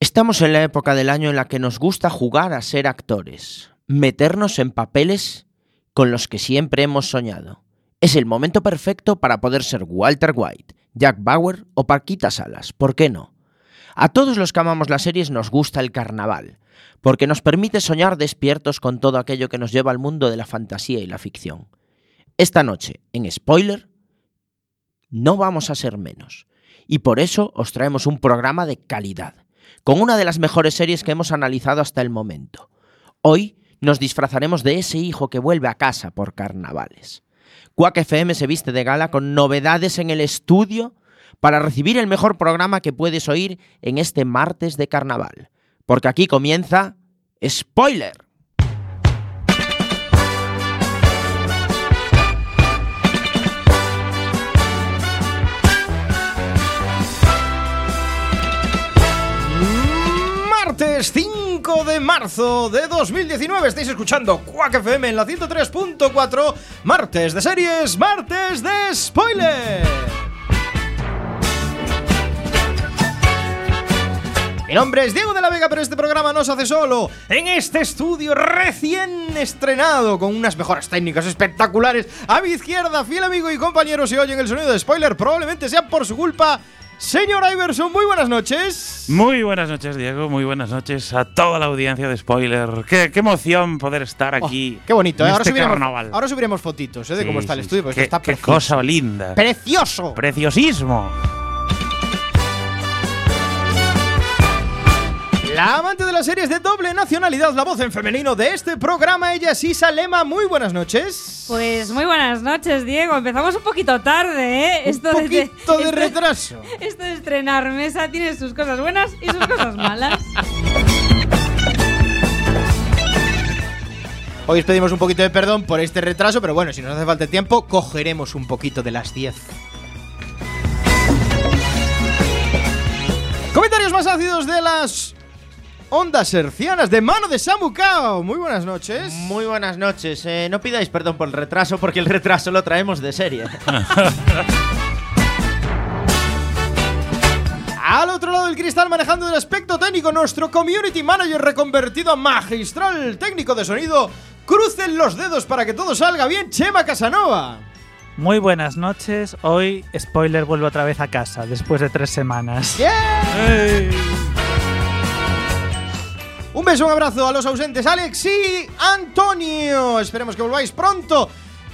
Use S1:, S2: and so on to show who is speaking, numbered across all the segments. S1: Estamos en la época del año en la que nos gusta jugar a ser actores, meternos en papeles con los que siempre hemos soñado. Es el momento perfecto para poder ser Walter White, Jack Bauer o Paquita Salas, ¿por qué no? A todos los que amamos las series nos gusta el carnaval, porque nos permite soñar despiertos con todo aquello que nos lleva al mundo de la fantasía y la ficción. Esta noche, en spoiler, no vamos a ser menos. Y por eso os traemos un programa de calidad, con una de las mejores series que hemos analizado hasta el momento. Hoy nos disfrazaremos de ese hijo que vuelve a casa por carnavales. Quack FM se viste de gala con novedades en el estudio para recibir el mejor programa que puedes oír en este martes de carnaval. Porque aquí comienza Spoiler.
S2: Martes 5 de marzo de 2019 estáis escuchando Quack FM en la 103.4, martes de series, martes de spoiler. Mi nombre es Diego de la Vega, pero este programa no se hace solo. En este estudio recién estrenado, con unas mejoras técnicas espectaculares, a mi izquierda, fiel amigo y compañero, si oyen el sonido de spoiler, probablemente sea por su culpa. Señor Iverson, muy buenas noches.
S3: Muy buenas noches, Diego. Muy buenas noches a toda la audiencia de Spoiler. Qué, qué emoción poder estar
S2: Oh,
S3: aquí.
S2: qué bonito,
S3: en
S2: ¿eh? ahora,
S3: este
S2: subiremos,
S3: carnaval.
S2: ahora subiremos fotitos ¿eh? de cómo
S3: Sí,
S2: está el
S3: sí, sí.
S2: estudio, porque
S3: Qué-
S2: está
S3: qué
S2: precioso.
S3: cosa linda.
S2: ¡Precioso!
S3: Preciosismo.
S2: La amante de las series de doble nacionalidad, la voz en femenino de este programa, ella es Isa Lema. Muy buenas noches.
S4: Pues muy buenas noches, Diego. Empezamos un poquito tarde, ¿eh?
S2: Un poquito de
S4: esto-
S2: retraso.
S4: Esto de estrenar mesa tiene sus cosas buenas y sus cosas malas.
S2: Hoy os pedimos un poquito de perdón por este retraso, pero bueno, si nos hace falta el tiempo, cogeremos un poquito de las 10. Comentarios más ácidos de las ondas hercianas de mano de Samucao. Muy buenas noches.
S1: Muy buenas noches. Eh, no pidáis perdón por el retraso, porque el retraso lo traemos de serie.
S2: Al otro lado del cristal, manejando el aspecto técnico, nuestro community manager reconvertido a magistral técnico de sonido. Crucen los dedos para que todo salga bien, Chema Casanova.
S5: Muy buenas noches. Hoy, spoiler, vuelvo otra vez a casa después de tres semanas.
S2: ¡Yeah!
S3: ¡Ey!
S2: Un beso, un abrazo a los ausentes, Alex y Antonio. Esperemos que volváis pronto.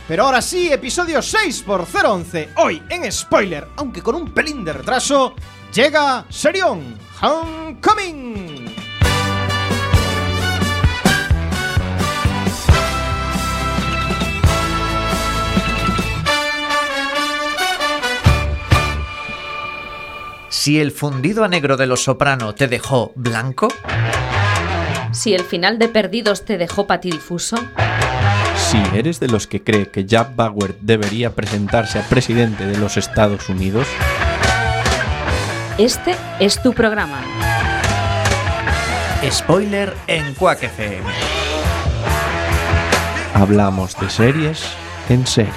S2: Pero ahora sí, episodio 6 por 011. Hoy, en spoiler, aunque con un pelín de retraso, llega Serión Homecoming.
S6: Si el fundido a negro de los soprano te dejó blanco,
S7: Si el final de Perdidos te dejó patidifuso,
S8: Si eres de los que cree que Jack Bauer debería presentarse a presidente de los Estados Unidos,
S7: este es tu programa.
S6: spoiler en Quack FM.
S8: hablamos de series en serie.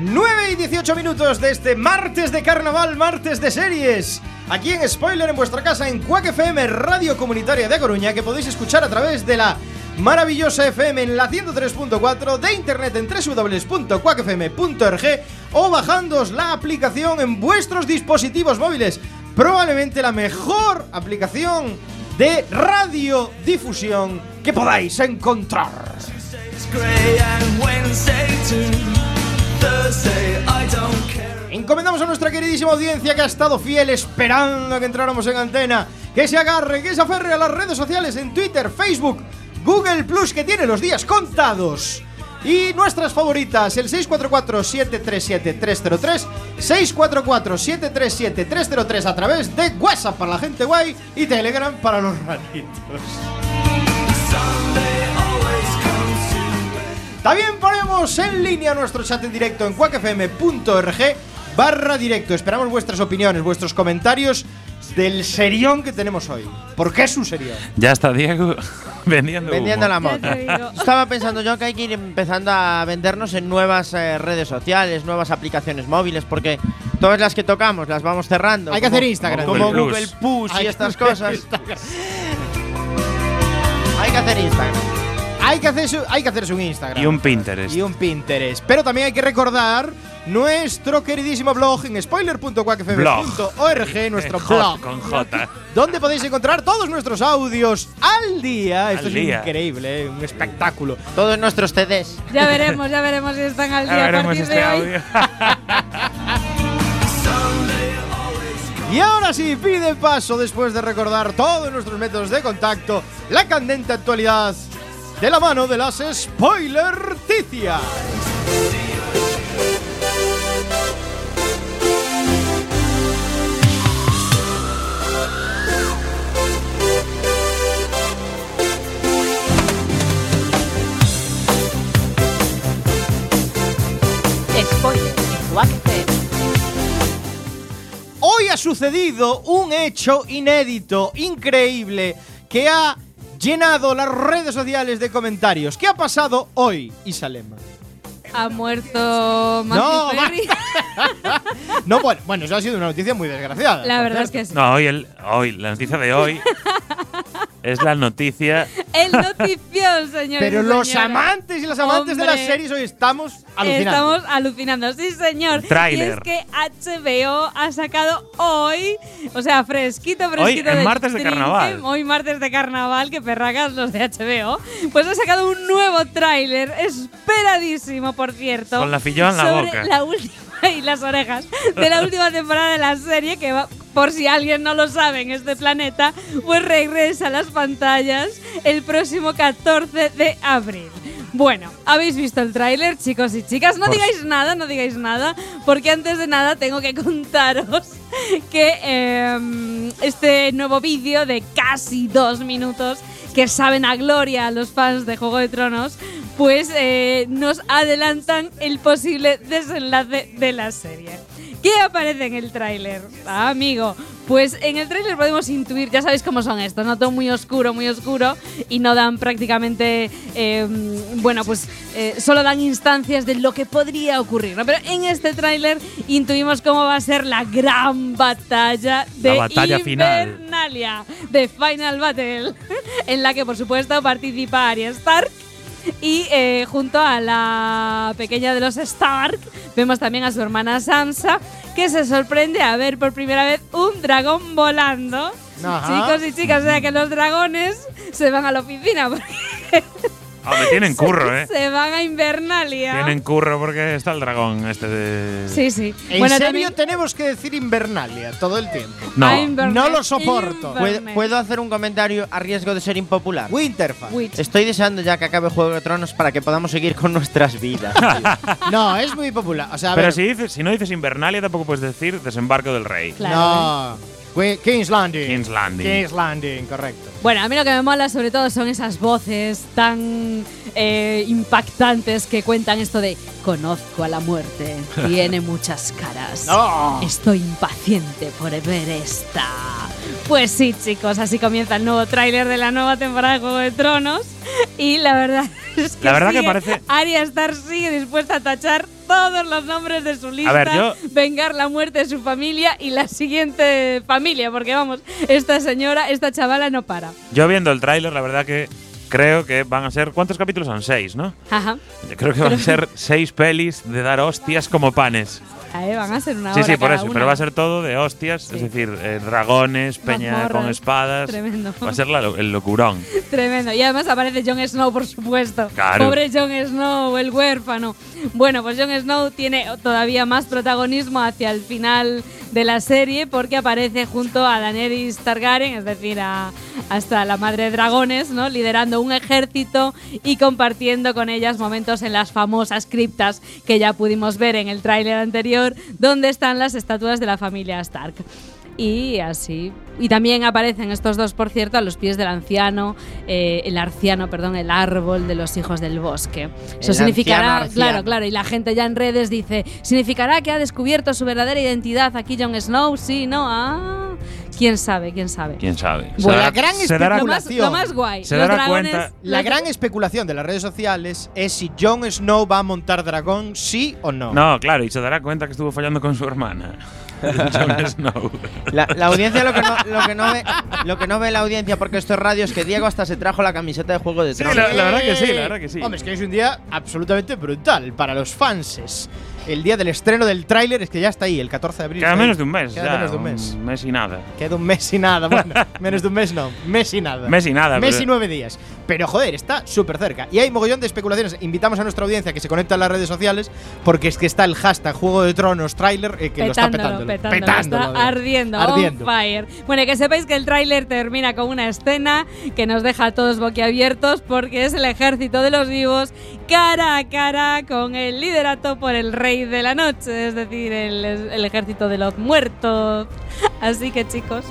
S2: Nueve y 18 minutos de este martes de carnaval, martes de series. Aquí en Spoiler en vuestra casa en Cuac FM Radio Comunitaria de Coruña que podéis escuchar a través de la maravillosa FM en la 103.4 de internet en www.cuacfm.org o bajándoos la aplicación en vuestros dispositivos móviles. Probablemente la mejor aplicación de radiodifusión que podáis encontrar. Encomendamos a nuestra queridísima audiencia que ha estado fiel esperando a que entráramos en antena, que se agarre, que se aferre a las redes sociales en Twitter, Facebook, Google Plus, que tiene los días contados. Y nuestras favoritas, el 644-737-303, 644-737-303 a través de WhatsApp para la gente guay y Telegram para los raritos. También ponemos en línea nuestro chat en directo en cuacfm.org barra directo. Esperamos vuestras opiniones, vuestros comentarios del serión que tenemos hoy. Porque es un serión.
S3: Ya está Diego vendiendo.
S1: Vendiendo
S3: humo.
S1: la
S4: Ya
S1: moto.
S4: te digo.
S1: Estaba pensando yo que hay que ir empezando a vendernos en nuevas eh, redes sociales, nuevas aplicaciones móviles, porque todas las que tocamos las vamos cerrando.
S2: Hay que
S1: como-
S2: hacer Instagram.
S1: Como
S3: Google
S1: Google
S3: Plus.
S1: Plus
S2: Hay
S1: y
S2: que
S1: estas
S2: hacer
S1: cosas. Hay que hacer Instagram.
S2: Hay que hacerse, hay que hacerse un Instagram.
S3: Y un Pinterest.
S2: Y un Pinterest. Pero también hay que recordar nuestro queridísimo blog en spoiler.quackfm.org, nuestro
S3: Con J-
S2: blog,
S3: Con J.
S2: donde podéis encontrar todos nuestros audios al día. Esto
S3: Al
S2: es
S3: día.
S2: increíble, ¿eh? un espectáculo.
S1: Todos nuestros CDs.
S4: Ya veremos, ya veremos si están al
S3: Ya
S4: día a
S3: veremos
S4: partir
S3: este
S4: de hoy.
S3: audio.
S2: Y ahora sí, pide paso después de recordar todos nuestros métodos de contacto, la candente actualidad de la mano de las spoiler ticias.
S7: Spoiler en Quack FM.
S2: Hoy ha sucedido un hecho inédito, increíble, que ha llenado las redes sociales de comentarios. ¿Qué ha pasado hoy, Isalema?
S4: Ha muerto
S2: No,
S4: Matthew Perry.
S2: No, bueno, bueno, eso ha sido una noticia muy desgraciada.
S4: La
S2: por
S4: verdad es
S2: cierto.
S4: que sí.
S3: No, hoy, el, hoy, la noticia de hoy es la noticia.
S4: El notición, señores.
S2: Pero
S4: y
S2: los
S4: señoras.
S2: amantes y las amantes de las
S4: Hombre.
S2: series hoy estamos alucinando.
S4: Estamos alucinando, sí señor.
S3: Tráiler.
S4: Y es que HBO ha sacado hoy, o sea, fresquito, fresquito.
S3: Hoy, en
S4: del
S3: martes de
S4: streaming,
S3: carnaval.
S4: Hoy martes de carnaval, que perracas los de HBO. Pues ha sacado un nuevo tráiler, esperadísimo, por cierto.
S3: Con la fillón en la
S4: sobre
S3: boca.
S4: la última y las orejas de la última temporada de la serie que va- por si alguien no lo sabe en este planeta, pues regresa a las pantallas el próximo 14 de abril. Bueno, habéis visto el tráiler, chicos y chicas. No
S3: Por
S4: digáis nada, no digáis nada, porque antes de nada tengo que contaros que em, este nuevo vídeo de casi dos minutos que saben a gloria a los fans de Juego de Tronos, pues eh, nos adelantan el posible desenlace de la serie. ¿Qué aparece en el tráiler, Ah, amigo? Pues en el tráiler podemos intuir, ya sabéis cómo son estos, ¿no? Todo muy oscuro, muy oscuro, y no dan prácticamente, eh, bueno, pues eh, solo dan instancias de lo que podría ocurrir, ¿no? Pero en este tráiler intuimos cómo va a ser la gran batalla de
S3: La batalla final.
S4: Invernalia, de Final Battle, en la que por supuesto participa Arya Stark y eh, junto a la pequeña de los Stark vemos también a su hermana Sansa, que se sorprende a ver por primera vez un dragón volando.
S2: Ajá.
S4: Chicos y chicas, o sea que los dragones se van a la oficina porque
S3: Ah, me tienen curro, ¿eh?
S4: se van a Invernalia.
S3: Tienen curro porque está el dragón este de.
S4: Sí, sí.
S2: En
S4: bueno,
S2: serio
S4: también
S2: tenemos que decir Invernalia todo el tiempo.
S3: No.
S4: a Inverna-
S2: no lo soporto.
S1: ¿Puedo,
S4: Inverna-
S1: puedo hacer un comentario a riesgo de ser impopular?
S2: Winterfell.
S4: Witch.
S1: Estoy deseando ya que acabe Juego de Tronos para que podamos seguir con nuestras vidas. tío.
S2: No, es muy popular. O sea, a
S3: Pero
S2: ver,
S3: si, dices, si no dices Invernalia, tampoco puedes decir Desembarco del Rey.
S4: Claro.
S2: No. Wi- King's Landing.
S3: King's Landing.
S2: King's Landing, correcto.
S4: Bueno, a mí lo que me mola sobre todo son esas voces tan eh, impactantes que cuentan esto de conozco a la muerte, tiene muchas caras. Estoy impaciente por ver esta. Pues sí, chicos, así comienza el nuevo tráiler de la nueva temporada de Juego de Tronos y la verdad es que
S3: La verdad que
S4: sigue-
S3: parece-
S4: Arya Stark sigue dispuesta a tachar todos los nombres de su lista,
S3: ver, yo-
S4: vengar la muerte de su familia y la siguiente familia, porque vamos, esta señora, esta chavala no para.
S3: Yo viendo el tráiler, la verdad que creo que van a ser. ¿Cuántos capítulos son? Seis, ¿no?
S4: Ajá.
S3: Yo creo que van a ser seis pelis de dar hostias como panes.
S4: Ahí van a ser una
S3: sí,
S4: hora
S3: sí, por
S4: cada
S3: eso.
S4: una.
S3: Pero va a ser todo de hostias, es decir, eh, dragones, peña
S4: Mazmorras.
S3: con espadas.
S4: Tremendo.
S3: Va a ser la lo- el locurón.
S4: Tremendo. Y además aparece Jon Snow, por supuesto.
S3: Claro.
S4: Pobre Jon Snow, el huérfano. Bueno, pues Jon Snow tiene todavía más protagonismo hacia el final de la serie porque aparece junto a Daenerys Targaryen, es decir, a- hasta la madre de dragones, ¿no? Liderando un ejército y compartiendo con ellas momentos en las famosas criptas que ya pudimos ver en el tráiler anterior, donde están las estatuas de la familia Stark. Y así. Y también aparecen estos dos, por cierto, a los pies del anciano, eh, el arciano, perdón, el árbol de los hijos del bosque. Eso
S1: El
S4: significará,
S1: anciano
S4: claro,
S1: arciano.
S4: claro, y la gente ya en redes dice, significará que ha descubierto su verdadera identidad aquí Jon Snow, sí, ¿no? Ah, ¿Quién sabe? ¿Quién sabe?
S3: ¿Quién sabe? Se
S2: Bueno,
S3: dará-
S2: la gran
S3: se dará-
S4: Lo más,
S2: especulación.
S4: lo más guay.
S3: Se
S4: los
S3: dará
S4: dragones-
S3: cuenta-
S2: La
S4: los-
S2: gran especulación de las redes sociales es si Jon Snow va a montar dragón, sí o no.
S3: No, claro, y se dará cuenta que estuvo fallando con su hermana. Jon Snow.
S1: La, la audiencia lo que, no, lo, que no ve, lo que no ve la audiencia porque esto es radio es que Diego hasta se trajo la camiseta de juego de
S3: Sí,
S1: Tronos.
S3: la- la verdad que sí, la verdad que sí.
S2: Hombre, es que es un día absolutamente brutal para los fanses. El día del estreno del tráiler es que ya está ahí, el 14 de abril.
S3: Queda
S2: está ahí.
S3: menos de un mes.
S2: Queda
S3: ya,
S2: menos de un mes.
S3: y nada.
S2: Queda un mes y nada. Bueno, menos de un mes no. Mes y nada.
S3: Mes y nada,
S2: Mes
S3: pero-
S2: y nueve días. Pero joder, está súper cerca. Y hay mogollón de especulaciones. Invitamos a nuestra audiencia a que se conecte a las redes sociales porque es que está el hashtag Juego de Tronos tráiler eh, que lo está
S4: Petándolo,
S2: petándolo.
S4: petándolo,
S2: Petándolo,
S4: está ardiendo,
S2: Ardiendo.
S4: on fire. Bueno, y que sepáis que el tráiler termina con una escena que nos deja a todos boquiabiertos porque es el ejército de los vivos cara a cara con el liderato por el rey de la noche, es decir, el, el ejército de los muertos. Así que chicos,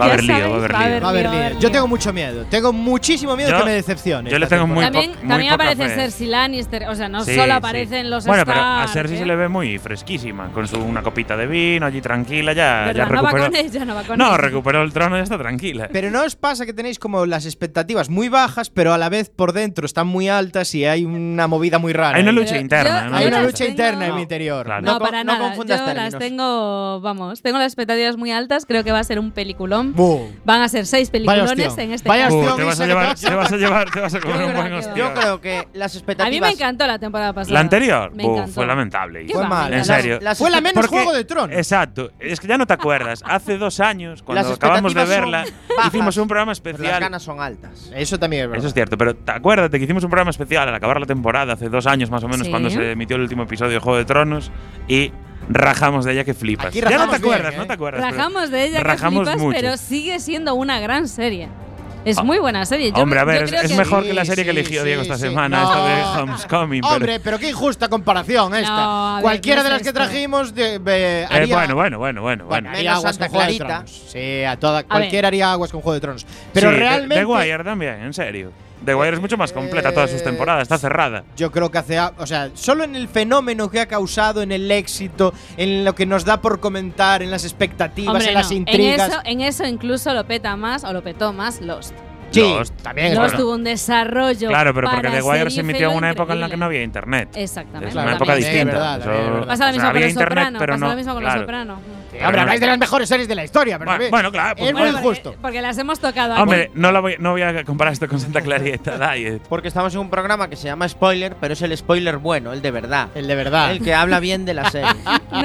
S3: Va a
S4: ya
S3: haber lío, va
S4: sabéis,
S3: a haber lío.
S2: Va a haber
S4: va a
S2: lío.
S4: haber
S2: Yo
S4: lío.
S2: tengo mucho miedo. Tengo muchísimo miedo
S3: Yo-
S2: que me decepcione.
S3: yo le
S2: esta
S3: tengo muy
S2: temporada.
S4: también
S3: poca- muy
S4: también
S3: poca
S4: aparece
S3: fe.
S4: Cersei Lannister, o sea, no
S3: Sí, sí.
S4: Ah, solo aparecen los
S3: Bueno,
S4: Stark.
S3: pero a Cersei
S4: ¿eh?
S3: se le ve muy fresquísima, con su una copita de vino allí tranquila, ya,
S4: ¿Verdad?
S3: ya
S4: no va
S3: recuperó.
S4: con ella, no va con
S3: No,
S4: ella.
S3: recuperó el trono y ya está tranquila.
S2: Pero no os pasa que tenéis como las expectativas muy bajas, pero a la vez por dentro están muy altas y hay una movida muy rara.
S3: Hay una
S2: ahí.
S3: lucha
S4: Pero
S3: interna.
S4: yo-
S3: ¿no?
S2: Hay una
S4: las
S2: lucha
S4: tengo-
S2: interna en mi interior.
S3: Claro.
S4: No,
S2: co-
S4: para
S2: Oh, no
S4: nada. Yo
S2: confundas
S4: las
S2: términos.
S4: tengo, vamos, tengo las expectativas muy altas. Creo que va a ser un peliculón.
S2: Buh.
S4: Van a ser seis
S2: Vaya
S4: peliculones
S2: ostión.
S4: en este
S2: Vaya
S4: caso.
S3: Uh,
S2: Hostia,
S3: te vas
S2: Misa,
S3: a
S2: que
S3: llevar,
S2: pasa.
S3: te vas a llevar, te vas a comer un
S4: Yo creo
S3: buen
S4: que-
S3: hostión.
S4: yo
S1: Yo creo que las expectativas.
S4: A mí me encantó la temporada pasada.
S3: La anterior
S4: Me
S3: buh,
S4: encantó.
S3: fue lamentable.
S4: Qué
S2: Fue
S4: va,
S2: mal.
S3: En
S4: las-
S3: serio.
S1: las-
S2: Fue la menos
S3: Porque-
S2: Juego de Tronos.
S3: Exacto, es que ya no te acuerdas. Hace dos años, cuando
S1: Las
S3: acabamos de
S1: expectativas
S3: verla,
S1: son bajas,
S3: hicimos un programa
S1: Pero las
S3: especial.
S1: ganas son altas.
S2: Eso también es verdad.
S3: Eso es cierto, pero te acuérdate que hicimos un programa especial al acabar la temporada, hace dos años más o menos,
S4: Sí.
S3: cuando se emitió el último episodio de Juego de Tronos, y rajamos de ella que flipas.
S2: Aquí
S3: ya no te
S2: rajamos bien,
S3: acuerdas,
S2: ¿eh?
S3: no te acuerdas. pero-
S4: Rajamos de ella, que
S3: Rajamos
S4: flipas,
S3: mucho.
S4: pero sigue siendo una gran serie.
S3: Ah.
S4: Es muy buena serie. Yo
S3: Hombre,
S4: me-
S3: a ver,
S4: yo
S3: es,
S4: creo
S3: es
S4: que-
S3: mejor que la serie que
S2: Sí,
S3: eligió
S2: sí,
S3: Diego esta
S2: sí.
S3: semana,
S2: No.
S3: esta de Homecoming. pero- eh,
S2: Hombre, pero qué injusta comparación esta.
S4: No, a ver, ¿qué
S2: Cualquiera de
S4: es
S2: las que
S4: esto?
S2: trajimos de, de-
S3: Eh,
S2: haría-
S3: bueno, bueno, bueno, bueno, bueno.
S1: menos
S2: haría aguas
S1: Santa
S2: con Juego de
S1: Clarita.
S2: Tronos. Sí, Eh, a toda, cualquiera haría aguas con Juego de Tronos. Pero
S3: Sí, The-
S2: realmente.
S3: The Wire también, en serio. The Wire es mucho más completa todas sus
S2: Eh,
S3: temporadas, está cerrada.
S2: Yo creo que hace. O sea, solo en el fenómeno que ha causado, en el éxito, en lo que nos da por comentar, en las expectativas,
S4: Hombre,
S2: en las
S4: no.
S2: intrigas.
S4: En eso, en eso incluso lo peta más o lo petó más Lost.
S2: sí,
S3: Lost.
S2: también es
S4: Lost
S2: verdad.
S4: tuvo un desarrollo.
S3: Claro, pero porque
S4: para
S3: The Wire se
S4: serie
S3: emitió en
S4: filo
S3: una época en la que
S4: increíble.
S3: no había internet.
S4: Exactamente.
S3: Es una
S2: Claro,
S3: época
S2: también,
S3: distinta.
S2: es verdad, también,
S3: Eso-
S2: es verdad.
S4: Pasa lo
S3: o sea,
S4: mismo con
S3: había
S4: Los
S3: internet,
S4: Soprano.
S3: pero
S4: pasa
S3: no.
S4: lo mismo con
S3: claro.
S4: Los Soprano.
S2: Sí, hombre, habláis de las mejores series de la historia, pero
S3: Bueno,
S2: también-
S3: bueno, claro, pues
S2: es muy
S3: bueno.
S2: injusto.
S4: Porque las hemos tocado aquí.
S3: Hombre, no, la voy, no voy a comparar esto con Santa Clarita Diet.
S1: Porque estamos en un programa que se llama Spoiler, pero es el spoiler bueno, el de verdad.
S2: El de
S3: Ah.
S2: verdad.
S1: El que habla bien de la serie.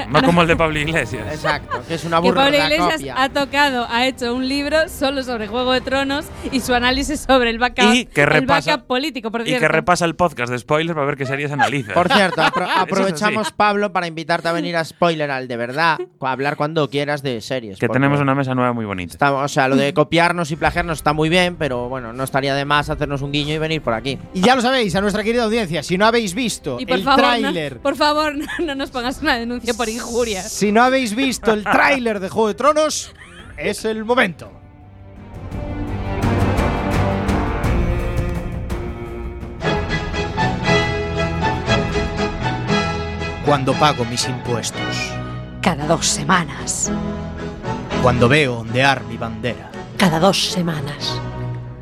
S3: No como el de Pablo Iglesias.
S1: Exacto, que es una
S4: que
S1: burra
S4: Pablo Iglesias
S1: copia.
S4: ha tocado, ha hecho un libro solo sobre Juego de Tronos y su análisis sobre el backup,
S3: Y que
S4: el
S3: repasa-
S4: backup político, por
S3: Y
S4: cierto.
S3: que repasa el podcast de spoilers para ver qué series analiza.
S1: Por cierto, apro-
S3: Eso es
S1: aprovechamos,
S3: así.
S1: Pablo, para invitarte a venir a Spoiler al de verdad, a hablar cuando quieras de series.
S3: Que
S1: porque
S3: tenemos una mesa nueva muy bonita.
S1: está- o sea, lo de copiarnos y plagiarnos está muy bien, pero bueno, no estaría de más hacernos un guiño y venir por aquí.
S2: Y ya lo sabéis, a nuestra querida audiencia, si no habéis visto
S4: y por
S2: el
S4: favor,
S2: tráiler.
S4: no, por favor, no, no nos pongas una denuncia por injurias.
S2: Si no habéis visto el tráiler de Juego de Tronos, es el momento. Cuando pago mis impuestos,
S9: Cada dos semanas.
S2: cuando veo ondear mi bandera,
S9: Cada dos semanas.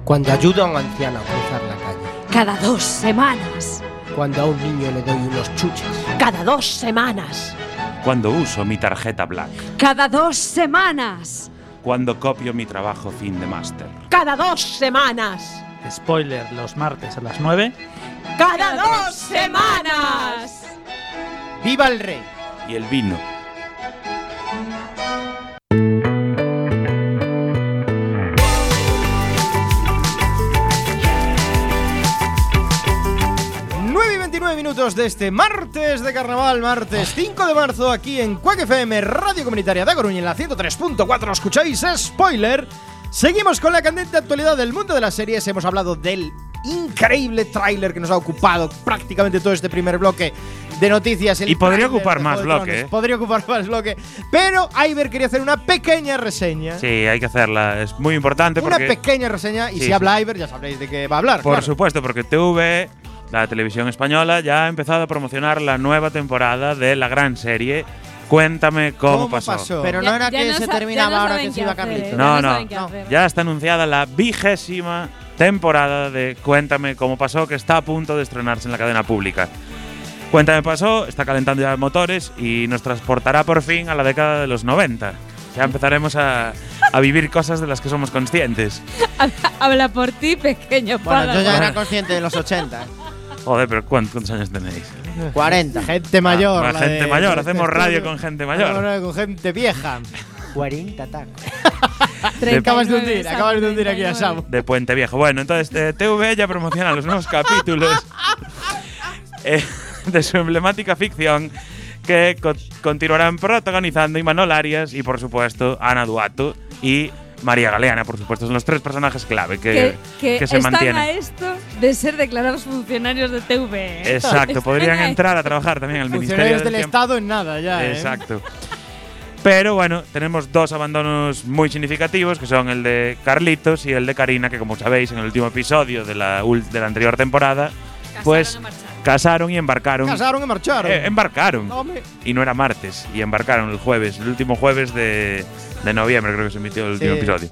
S10: Cuando ayudo a un anciano a cruzar la calle.
S9: Cada dos semanas.
S10: Cuando a un niño le doy unos chuches.
S9: Cada dos semanas.
S3: Cuando uso mi tarjeta Black.
S9: Cada dos semanas.
S3: Cuando copio mi trabajo fin de máster.
S9: Cada dos semanas.
S5: Spoiler, los martes a las 9.
S9: Cada dos semanas.
S2: ¡Viva el rey!
S3: Y el vino.
S2: ¡9 y 29 minutos de este martes de carnaval, martes 5 de marzo, aquí en Quack FM, Radio Comunitaria de Coruña, en la 103.4. ¿Escucháis? ¡Spoiler! Seguimos con la candente actualidad del mundo de las series. Hemos hablado del increíble tráiler que nos ha ocupado prácticamente todo este primer bloque de noticias. el
S3: Y podría
S2: tráiler de
S3: ocupar
S2: Juego
S3: más
S2: de
S3: bloque,
S2: Tronos.
S3: ¿eh?
S2: Podría ocupar más bloque. Pero Iber quería hacer una pequeña reseña.
S3: Sí, hay que hacerla. Es muy importante
S2: Una
S3: porque.
S2: pequeña reseña. Y
S3: Sí,
S2: si
S3: sí.
S2: habla Iber, ya sabréis de qué va a hablar.
S3: Por
S2: claro.
S3: supuesto, porque TV, la televisión española, ya ha empezado a promocionar la nueva temporada de la gran serie Cuéntame cómo, pasó.
S2: Pero no
S4: Ya-
S2: era
S4: ya
S2: que
S4: no
S2: se
S4: sa-
S2: terminaba
S4: ya no
S2: ahora
S4: saben
S2: que se
S4: qué
S2: iba
S4: hacer,
S2: Carlitos.
S4: ¿eh?
S3: No, no.
S4: saben qué hacer.
S3: Ya está anunciada la vigésima temporada de Cuéntame cómo pasó, que está a punto de estrenarse en la cadena pública. Cuéntame pasó, está calentando ya motores y nos transportará por fin a la década de los 90. Ya empezaremos a, a vivir cosas de las que somos conscientes.
S4: Habla por ti, pequeño
S2: Bueno, yo
S4: párrafo.
S2: ya era consciente de los
S1: ¿eh?
S2: 80.
S3: Joder, pero ¿cuántos, cuántos años tenéis?
S2: 40. Gente mayor.
S3: Ah,
S2: la
S3: gente
S2: de-
S3: mayor,
S2: de este
S3: hacemos radio
S2: estudio.
S3: con gente
S2: Hacemos
S3: mayor.
S2: radio Con gente vieja.
S10: 40 tacos.
S2: Acabas de hundir,
S4: 39,
S2: acabas de hundir aquí a
S4: 39.
S2: Samu.
S3: De Puente Viejo. Bueno, entonces eh, TV ya promociona los nuevos capítulos eh, de su emblemática ficción que co- continuarán protagonizando Imanol Arias y, por supuesto, Ana Duato y María Galeana, por supuesto. Son los tres personajes clave que,
S4: que, que
S3: que se
S4: están a
S3: mantienen.
S4: esto de ser declarados funcionarios de TV. ¿eh?
S3: Exacto,
S4: Están
S3: podrían
S4: a-
S3: entrar a trabajar también al Ministerio
S2: Funcionarios
S3: del,
S2: del
S3: Tiempo.
S2: Estado en nada ya. ¿eh?
S3: Exacto. Pero bueno, tenemos dos abandonos muy significativos, que son el de Carlitos y el de Karina, que como sabéis en el último episodio de la, ul- de la anterior temporada, pues
S4: Casaron o marcharon.
S3: casaron y embarcaron.
S2: Casaron y marcharon.
S3: Eh, embarcaron.
S2: Hombre.
S3: Y no era martes, y embarcaron el jueves, el último jueves de, de noviembre, creo que se emitió el último
S2: Sí.
S3: episodio.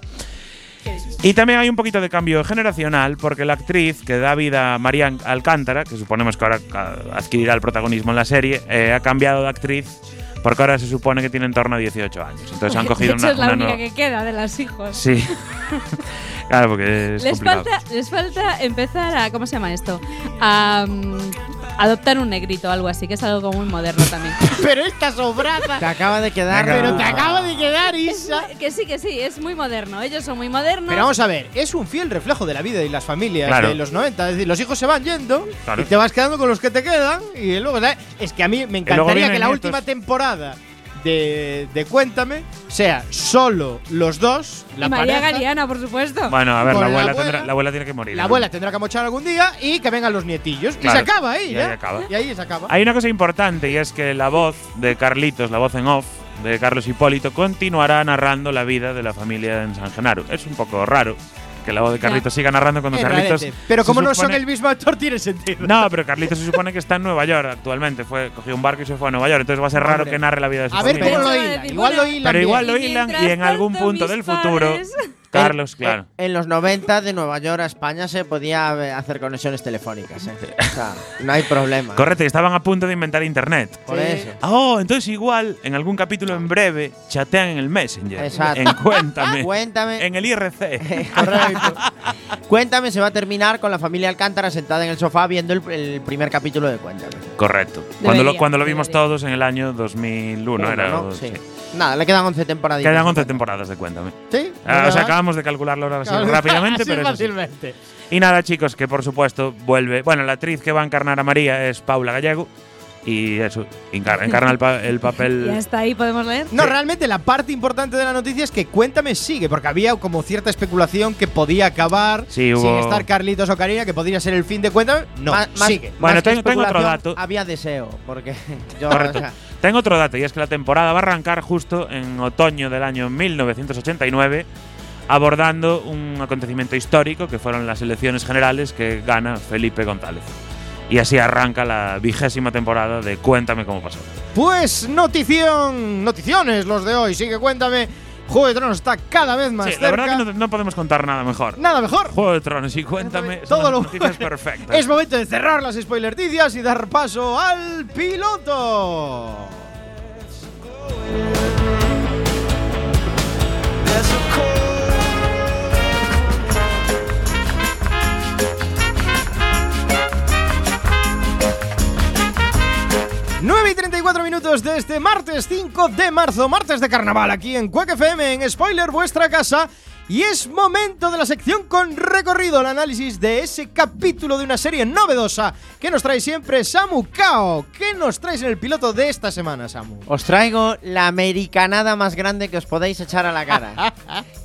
S3: Y también hay un poquito de cambio generacional, porque la actriz que da vida a María Alcántara, que suponemos que ahora ca- adquirirá el protagonismo en la serie, eh, ha cambiado de actriz, porque ahora se supone que tiene en torno a 18 años. Entonces han
S4: Porque,
S3: cogido
S4: de hecho,
S3: una,
S4: es la
S3: una
S4: única
S3: nueva-
S4: que queda de las hijos.
S3: Sí. claro, porque es
S4: les,
S3: complicado.
S4: falta, les falta empezar a. ¿Cómo se llama esto? A. mm, adoptar un negrito o algo así, que es algo como muy moderno también.
S2: Pero esta sobrada. Te acaba de quedar.
S3: Venga.
S2: Pero te acaba de quedar, Isa.
S4: que sí, que sí, es muy moderno. Ellos son muy modernos.
S2: Pero vamos a ver, es un fiel reflejo de la vida y las familias
S3: Claro.
S2: de los 90. Es decir, los hijos se van yendo
S3: Claro.
S2: y te vas quedando con los que te quedan. Y luego, ¿sabes? Es que a mí me
S3: luego
S2: encantaría
S3: vienen
S2: que la
S3: nietos.
S2: última temporada de, de Cuéntame sea solo los dos, la
S4: Y María
S2: pareja.
S4: Gariana, por supuesto.
S3: Bueno, a ver,
S2: Con
S3: la
S2: la
S3: abuela,
S2: abuela-
S3: tendrá- la abuela tiene que morir.
S2: La abuela tendrá que mochar algún día y que vengan los nietillos.
S3: Claro.
S2: Y se acaba ahí,
S3: Y ahí
S2: ¿ya?
S3: acaba.
S2: Y ahí se acaba.
S3: Hay una cosa importante y es que la voz de Carlitos, la voz en off de Carlos Hipólito, continuará narrando la vida de la familia en San Genaro. Es un poco raro que la voz de Carlitos siga narrando cuando
S2: En
S3: Carlitos.
S2: realidad, Pero
S3: se
S2: como no son
S3: supone-
S2: el mismo actor, tiene sentido.
S3: No, pero Carlitos se supone que está en Nueva York actualmente. Fue, cogió un barco y se fue a Nueva York. Entonces va a ser raro
S2: Hombre.
S3: que narre la vida de su
S2: A ver
S3: familia.
S4: Pero
S2: cómo lo
S4: se va a
S2: hilan.
S4: decir,
S2: Igual lo
S4: bueno,
S2: hilan.
S3: pero
S2: bien.
S3: igual lo
S4: Y
S3: hilan y
S4: mientras
S3: en algún
S4: tanto,
S3: punto
S4: mis
S3: del futuro.
S4: padres-
S2: Eh,
S3: Carlos, claro.
S1: En los 90 de Nueva York a España se podía eh, hacer conexiones telefónicas. ¿eh? O sea, no hay problema.
S3: Correcto, y estaban a punto de inventar internet.
S1: Por eso.
S3: Ah, Oh, entonces igual en algún capítulo en breve chatean en el Messenger.
S1: Exacto.
S3: En Cuéntame.
S1: Cuéntame, Eh,
S3: En el IRC.
S2: Correcto.
S1: cuéntame, se va a terminar con la familia Alcántara sentada en el sofá viendo el, el primer capítulo de Cuéntame.
S3: Correcto. cuando lo,
S4: Debería,
S3: cuando lo vimos
S4: debería.
S3: todos en el año 2001,
S1: Uno,
S3: era.
S1: ¿no?
S3: o-
S1: Sí.
S3: sí.
S1: Nada, le quedan 11 temporaditas.
S3: Quedan 11 temporadas de Cuéntame.
S2: Sí,
S3: Ah,
S2: ¿verdad?
S3: o sea, acabamos de calcularlo ahora así rápidamente,
S2: Así
S3: pero es así.
S2: fácilmente.
S3: Y nada, chicos, que por supuesto vuelve. Bueno, la actriz que va a encarnar a María es Paula Gallego. Y eso, encar- encarna el, pa- el
S4: Y
S3: papel.
S4: hasta ahí podemos leer.
S2: No, realmente la parte importante de la noticia es que Cuéntame sigue, porque había como cierta especulación que podía acabar
S3: Sí, hubo-
S2: sin estar Carlitos o Karina, que podría ser el fin de Cuéntame. Ah, No,
S1: Ma- más-
S2: sigue.
S1: más
S3: Bueno,
S1: que
S3: tengo- tengo otro
S1: especulación,
S3: dato.
S1: Había deseo, porque yo,
S3: Correcto.
S1: o sea,
S3: Tengo otro dato, y es que la temporada va a arrancar justo en otoño del año 1989, abordando un acontecimiento histórico que fueron las elecciones generales que gana Felipe González. Y así arranca la vigésima temporada de Cuéntame cómo pasó.
S2: Pues notición, noticiones los de hoy, sigue Cuéntame. Juego de Tronos está cada vez más
S3: Sí, la
S2: cerca.
S3: verdad que no, no podemos contar nada mejor.
S2: Nada mejor.
S3: Juego de Tronos y Cuéntame son
S2: Todo
S3: las
S2: lo-
S3: noticias perfectas.
S2: Es momento de cerrar las spoilerticias y dar paso al piloto. ¡9 y 34 minutos de este martes 5 de marzo, martes de carnaval, aquí en Cuac FM, en Spoiler, vuestra casa. Y es momento de la sección con recorrido, el análisis de ese capítulo de una serie novedosa que nos trae siempre Samu Kao. ¿Qué nos traes en el piloto de esta semana, Samu?
S1: os traigo la americanada más grande que os podéis echar a la cara.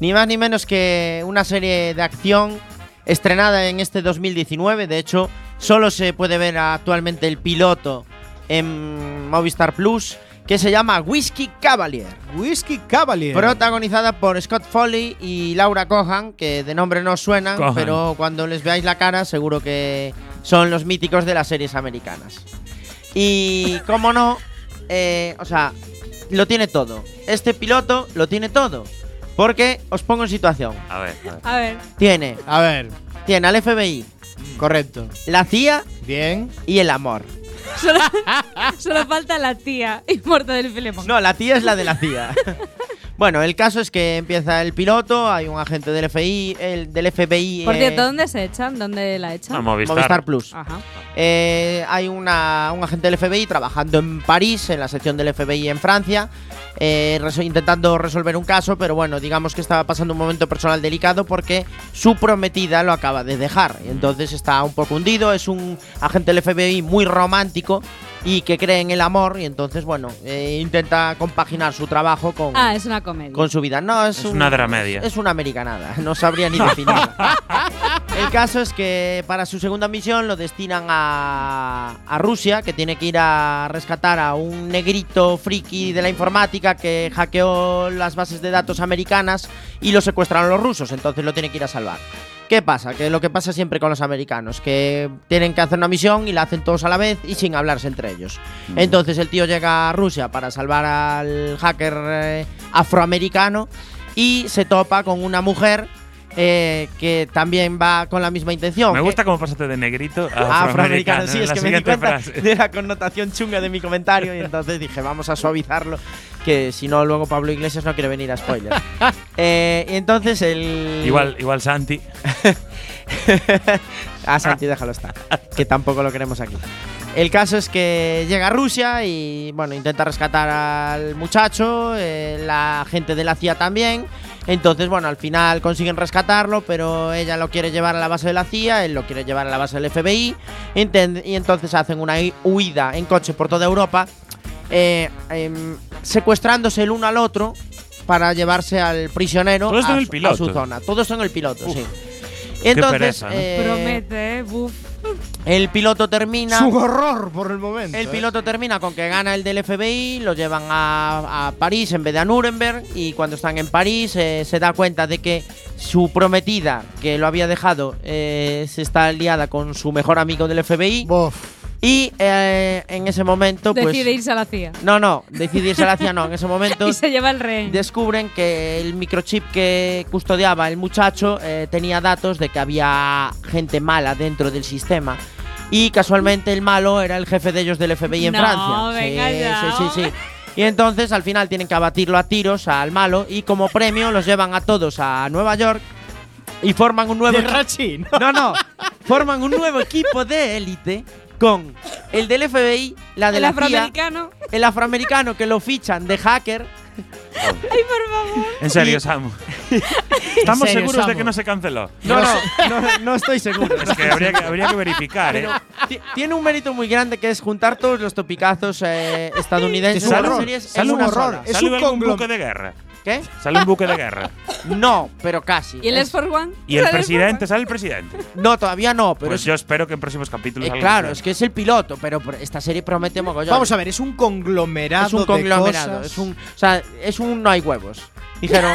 S1: ni más ni menos que una serie de acción estrenada en este 2019. De hecho, solo se puede ver actualmente el piloto en Movistar Plus, que se llama Whiskey Cavalier.
S2: Whiskey Cavalier.
S1: Protagonizada por Scott Foley y Laura Cohan, que de nombre no suenan,
S3: Cohan.
S1: pero cuando les veáis la cara seguro que son los míticos de las series americanas. Y, como no, eh, o sea, lo tiene todo. Este piloto lo tiene todo. Porque os pongo en situación.
S3: A ver, a ver.
S4: A ver.
S1: Tiene.
S2: A ver. Mm.
S1: Tiene al FBI.
S2: Correcto.
S1: La CIA.
S2: Bien.
S1: Y el amor.
S4: Solo, solo falta la tía y muerta del Filemón.
S1: No, la tía es la de la CIA. bueno, el caso es que empieza el piloto, hay un agente del FBI, el del FBI.
S4: Por
S1: eh,
S4: cierto, ¿dónde se echan? ¿Dónde la
S3: No,
S4: echan?
S3: Movistar.
S1: Movistar Plus.
S4: Ajá.
S1: Eh, hay una- un agente del FBI trabajando en París, en la sección del FBI en Francia, eh, reso- intentando resolver un caso, pero bueno, digamos que estaba pasando un momento personal delicado porque su prometida lo acaba de dejar. Entonces está un poco hundido, es un agente del FBI muy romántico y que cree en el amor y entonces, bueno, eh, intenta compaginar su trabajo con,
S4: Ah, es una comedia.
S1: con su vida. No, es,
S3: Es
S1: un-
S3: una dramedia.
S1: Es una americanada, no sabría ni definirla. El caso es que para su segunda misión lo destinan a, a Rusia, que tiene que ir a rescatar a un negrito friki de la informática que hackeó las bases de datos americanas y lo secuestraron los rusos, entonces lo tiene que ir a salvar. ¿Qué pasa? Que lo que pasa siempre con los americanos, que tienen que hacer una misión y la hacen todos a la vez y sin hablarse entre ellos. Entonces el tío llega a Rusia para salvar al hacker eh, afroamericano y se topa con una mujer eh, que también va con la misma intención.
S3: Me
S1: que-
S3: gusta cómo pasaste de negrito a
S1: afroamericano.
S3: afroamericano.
S1: Sí,
S3: en
S1: es
S3: la
S1: que me di
S3: siguiente
S1: cuenta
S3: frase.
S1: de la connotación chunga de mi comentario y entonces dije, vamos a suavizarlo, que si no, luego Pablo Iglesias no quiere venir a spoiler. Eh, y entonces el.
S3: Igual, igual Santi.
S1: ah, Santi, déjalo estar. Que tampoco lo queremos aquí. El caso es que llega a Rusia y, bueno, intenta rescatar al muchacho, eh, la gente de la CIA también. Entonces, bueno, al final consiguen rescatarlo, pero ella lo quiere llevar a la base de la CIA, él lo quiere llevar a la base del FBI. enten- Y entonces hacen una hi- huida en coche por toda Europa, eh, em, secuestrándose el uno al otro para llevarse al prisionero
S3: Todo esto
S1: a,
S3: en el
S1: su- a
S3: piloto.
S1: su zona. Todo esto en el piloto,
S3: Uf.
S1: sí. Entonces,
S3: pereza, ¿no?
S1: eh,
S4: Promete, eh, buf.
S1: el piloto termina.
S2: Es un horror por el momento.
S1: El
S2: ¿eh?
S1: piloto termina con que gana el del FBI, lo llevan a, a París en vez de a Nuremberg y cuando están en París eh, se da cuenta de que su prometida, que lo había dejado, eh, se está liada con su mejor amigo del FBI
S2: Bof.
S1: y eh, en ese momento pues...
S4: Decide irse a la CIA.
S1: No, no, decidirse la CIA no, en ese momento
S4: Y se lleva el rehén.
S1: descubren que el microchip que custodiaba el muchacho eh, tenía datos de que había gente mala dentro del sistema. Y casualmente el malo era el jefe de ellos del FBI en
S4: No,
S1: Francia.
S4: venga
S1: sí,
S4: ya,
S1: sí, sí, sí. Y entonces al final tienen que abatirlo a tiros al malo y como premio los llevan a todos a Nueva York y forman un nuevo
S2: De Rachi, ¿no?
S1: no, no. Forman un nuevo equipo de élite con el del FBI, la de
S4: El
S1: la CIA,
S4: afroamericano.
S1: el afroamericano que lo fichan de hacker
S4: Ay, por favor.
S3: En serio, Samu. Estamos
S2: serio,
S3: seguros de
S2: Samu.
S3: que no se canceló.
S2: No, no, no, no estoy seguro.
S3: Es que habría que, habría que verificar, ¿eh?
S1: Ti- Tiene un mérito muy grande que es juntar todos los topicazos eh, estadounidenses.
S3: Sale
S1: Las
S3: un-
S1: series en
S3: sale un
S1: una
S2: horror.
S1: sola.
S2: Es
S3: Sale
S2: un
S3: algún
S2: conglom-
S3: buque de guerra.
S1: ¿Qué?
S3: Sale un buque de guerra.
S1: No, pero casi.
S4: ¿Y el
S1: Es-
S4: es for One?
S3: Y el
S4: ¿Sale Air Force
S3: presidente, sale el presidente.
S1: No, todavía no, pero
S3: Pues
S1: es-
S3: yo espero que en próximos capítulos.
S1: eh,
S3: algo
S1: claro,
S3: suceda.
S1: es que es el piloto, pero pr- esta serie promete mogollón.
S2: Vamos a ver, es un conglomerado.
S1: es un
S2: de
S1: conglomerado,
S2: cosas.
S1: es un, o sea, es un no hay huevos. Dijeron,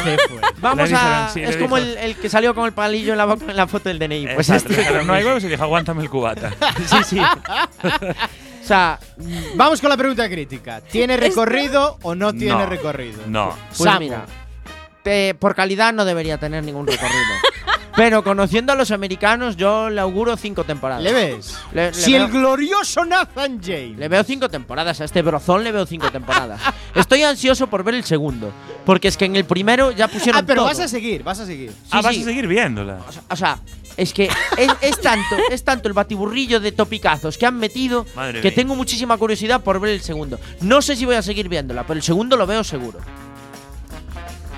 S1: vamos
S3: Le dijeron,
S1: a
S3: sí,
S1: es
S3: le
S1: como
S3: dijo.
S1: el, el que salió con el palillo en la boca en la foto del DNI, pues
S3: Exacto,
S1: este.
S3: dijeron, "Eh, no hay huevos y dijo, aguántame el cubata.
S1: sí, sí. o sea,
S2: Vamos con la pregunta crítica. ¿Tiene recorrido o no tiene
S3: No.
S2: recorrido?
S3: No.
S1: Pues
S2: Samu.
S1: mira, te- por calidad no debería tener ningún recorrido. pero conociendo a los americanos, yo le auguro cinco temporadas.
S2: ¿Le ves?
S1: Le- le
S2: si
S1: veo-
S2: el glorioso Nathan James.
S1: Le veo cinco temporadas, a este brozón le veo cinco temporadas. Estoy ansioso por ver el segundo, porque es que en el primero ya pusieron
S2: ah, pero
S1: todo.
S2: vas a seguir, vas a seguir.
S3: ah, vas
S1: sí.
S3: a seguir viéndola.
S1: O sea- O sea, es que es, es tanto, es tanto el batiburrillo de topicazos que han metido
S3: Madre
S1: que
S3: mía.
S1: tengo muchísima curiosidad por ver el segundo. No sé si voy a seguir viéndola, pero el segundo lo veo seguro.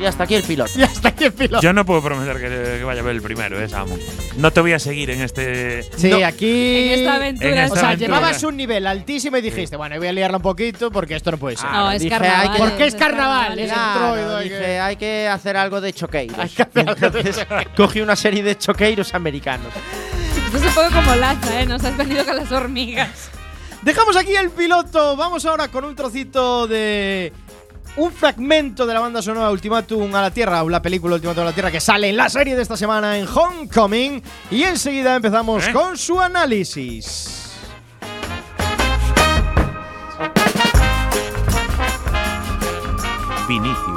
S1: Y hasta aquí el piloto.
S2: Y hasta que piloto.
S3: Yo no puedo prometer que, que vaya a ver el primero, ¿eh, Samu? No te voy a seguir en este.
S2: Sí,
S3: No.
S2: aquí.
S4: En esta aventura.
S3: En
S2: o
S3: esta
S2: sea,
S3: aventura.
S2: llevabas un nivel altísimo y dijiste, bueno, voy a liarla un poquito porque esto no puede ser.
S4: Ah, No, es
S1: Dije, hay
S4: carnaval.
S1: que-
S2: ¿Por qué es carnaval? Es
S1: Claro,
S2: un troido, hay que-
S1: dije, hay que hacer algo de choqueiros.
S2: Hay que hacer algo de
S1: Entonces, cogí una serie de choqueiros americanos.
S4: Esto es un poco como Laza, ¿eh? Nos has venido con las hormigas.
S2: Dejamos aquí el piloto. Vamos ahora con un trocito de. Un fragmento de la banda sonora Ultimatum a la Tierra, o la película Ultimatum a la Tierra que sale en la serie de esta semana en Homecoming. Y enseguida empezamos
S3: ¿Eh?
S2: con su análisis.
S3: Vinicius.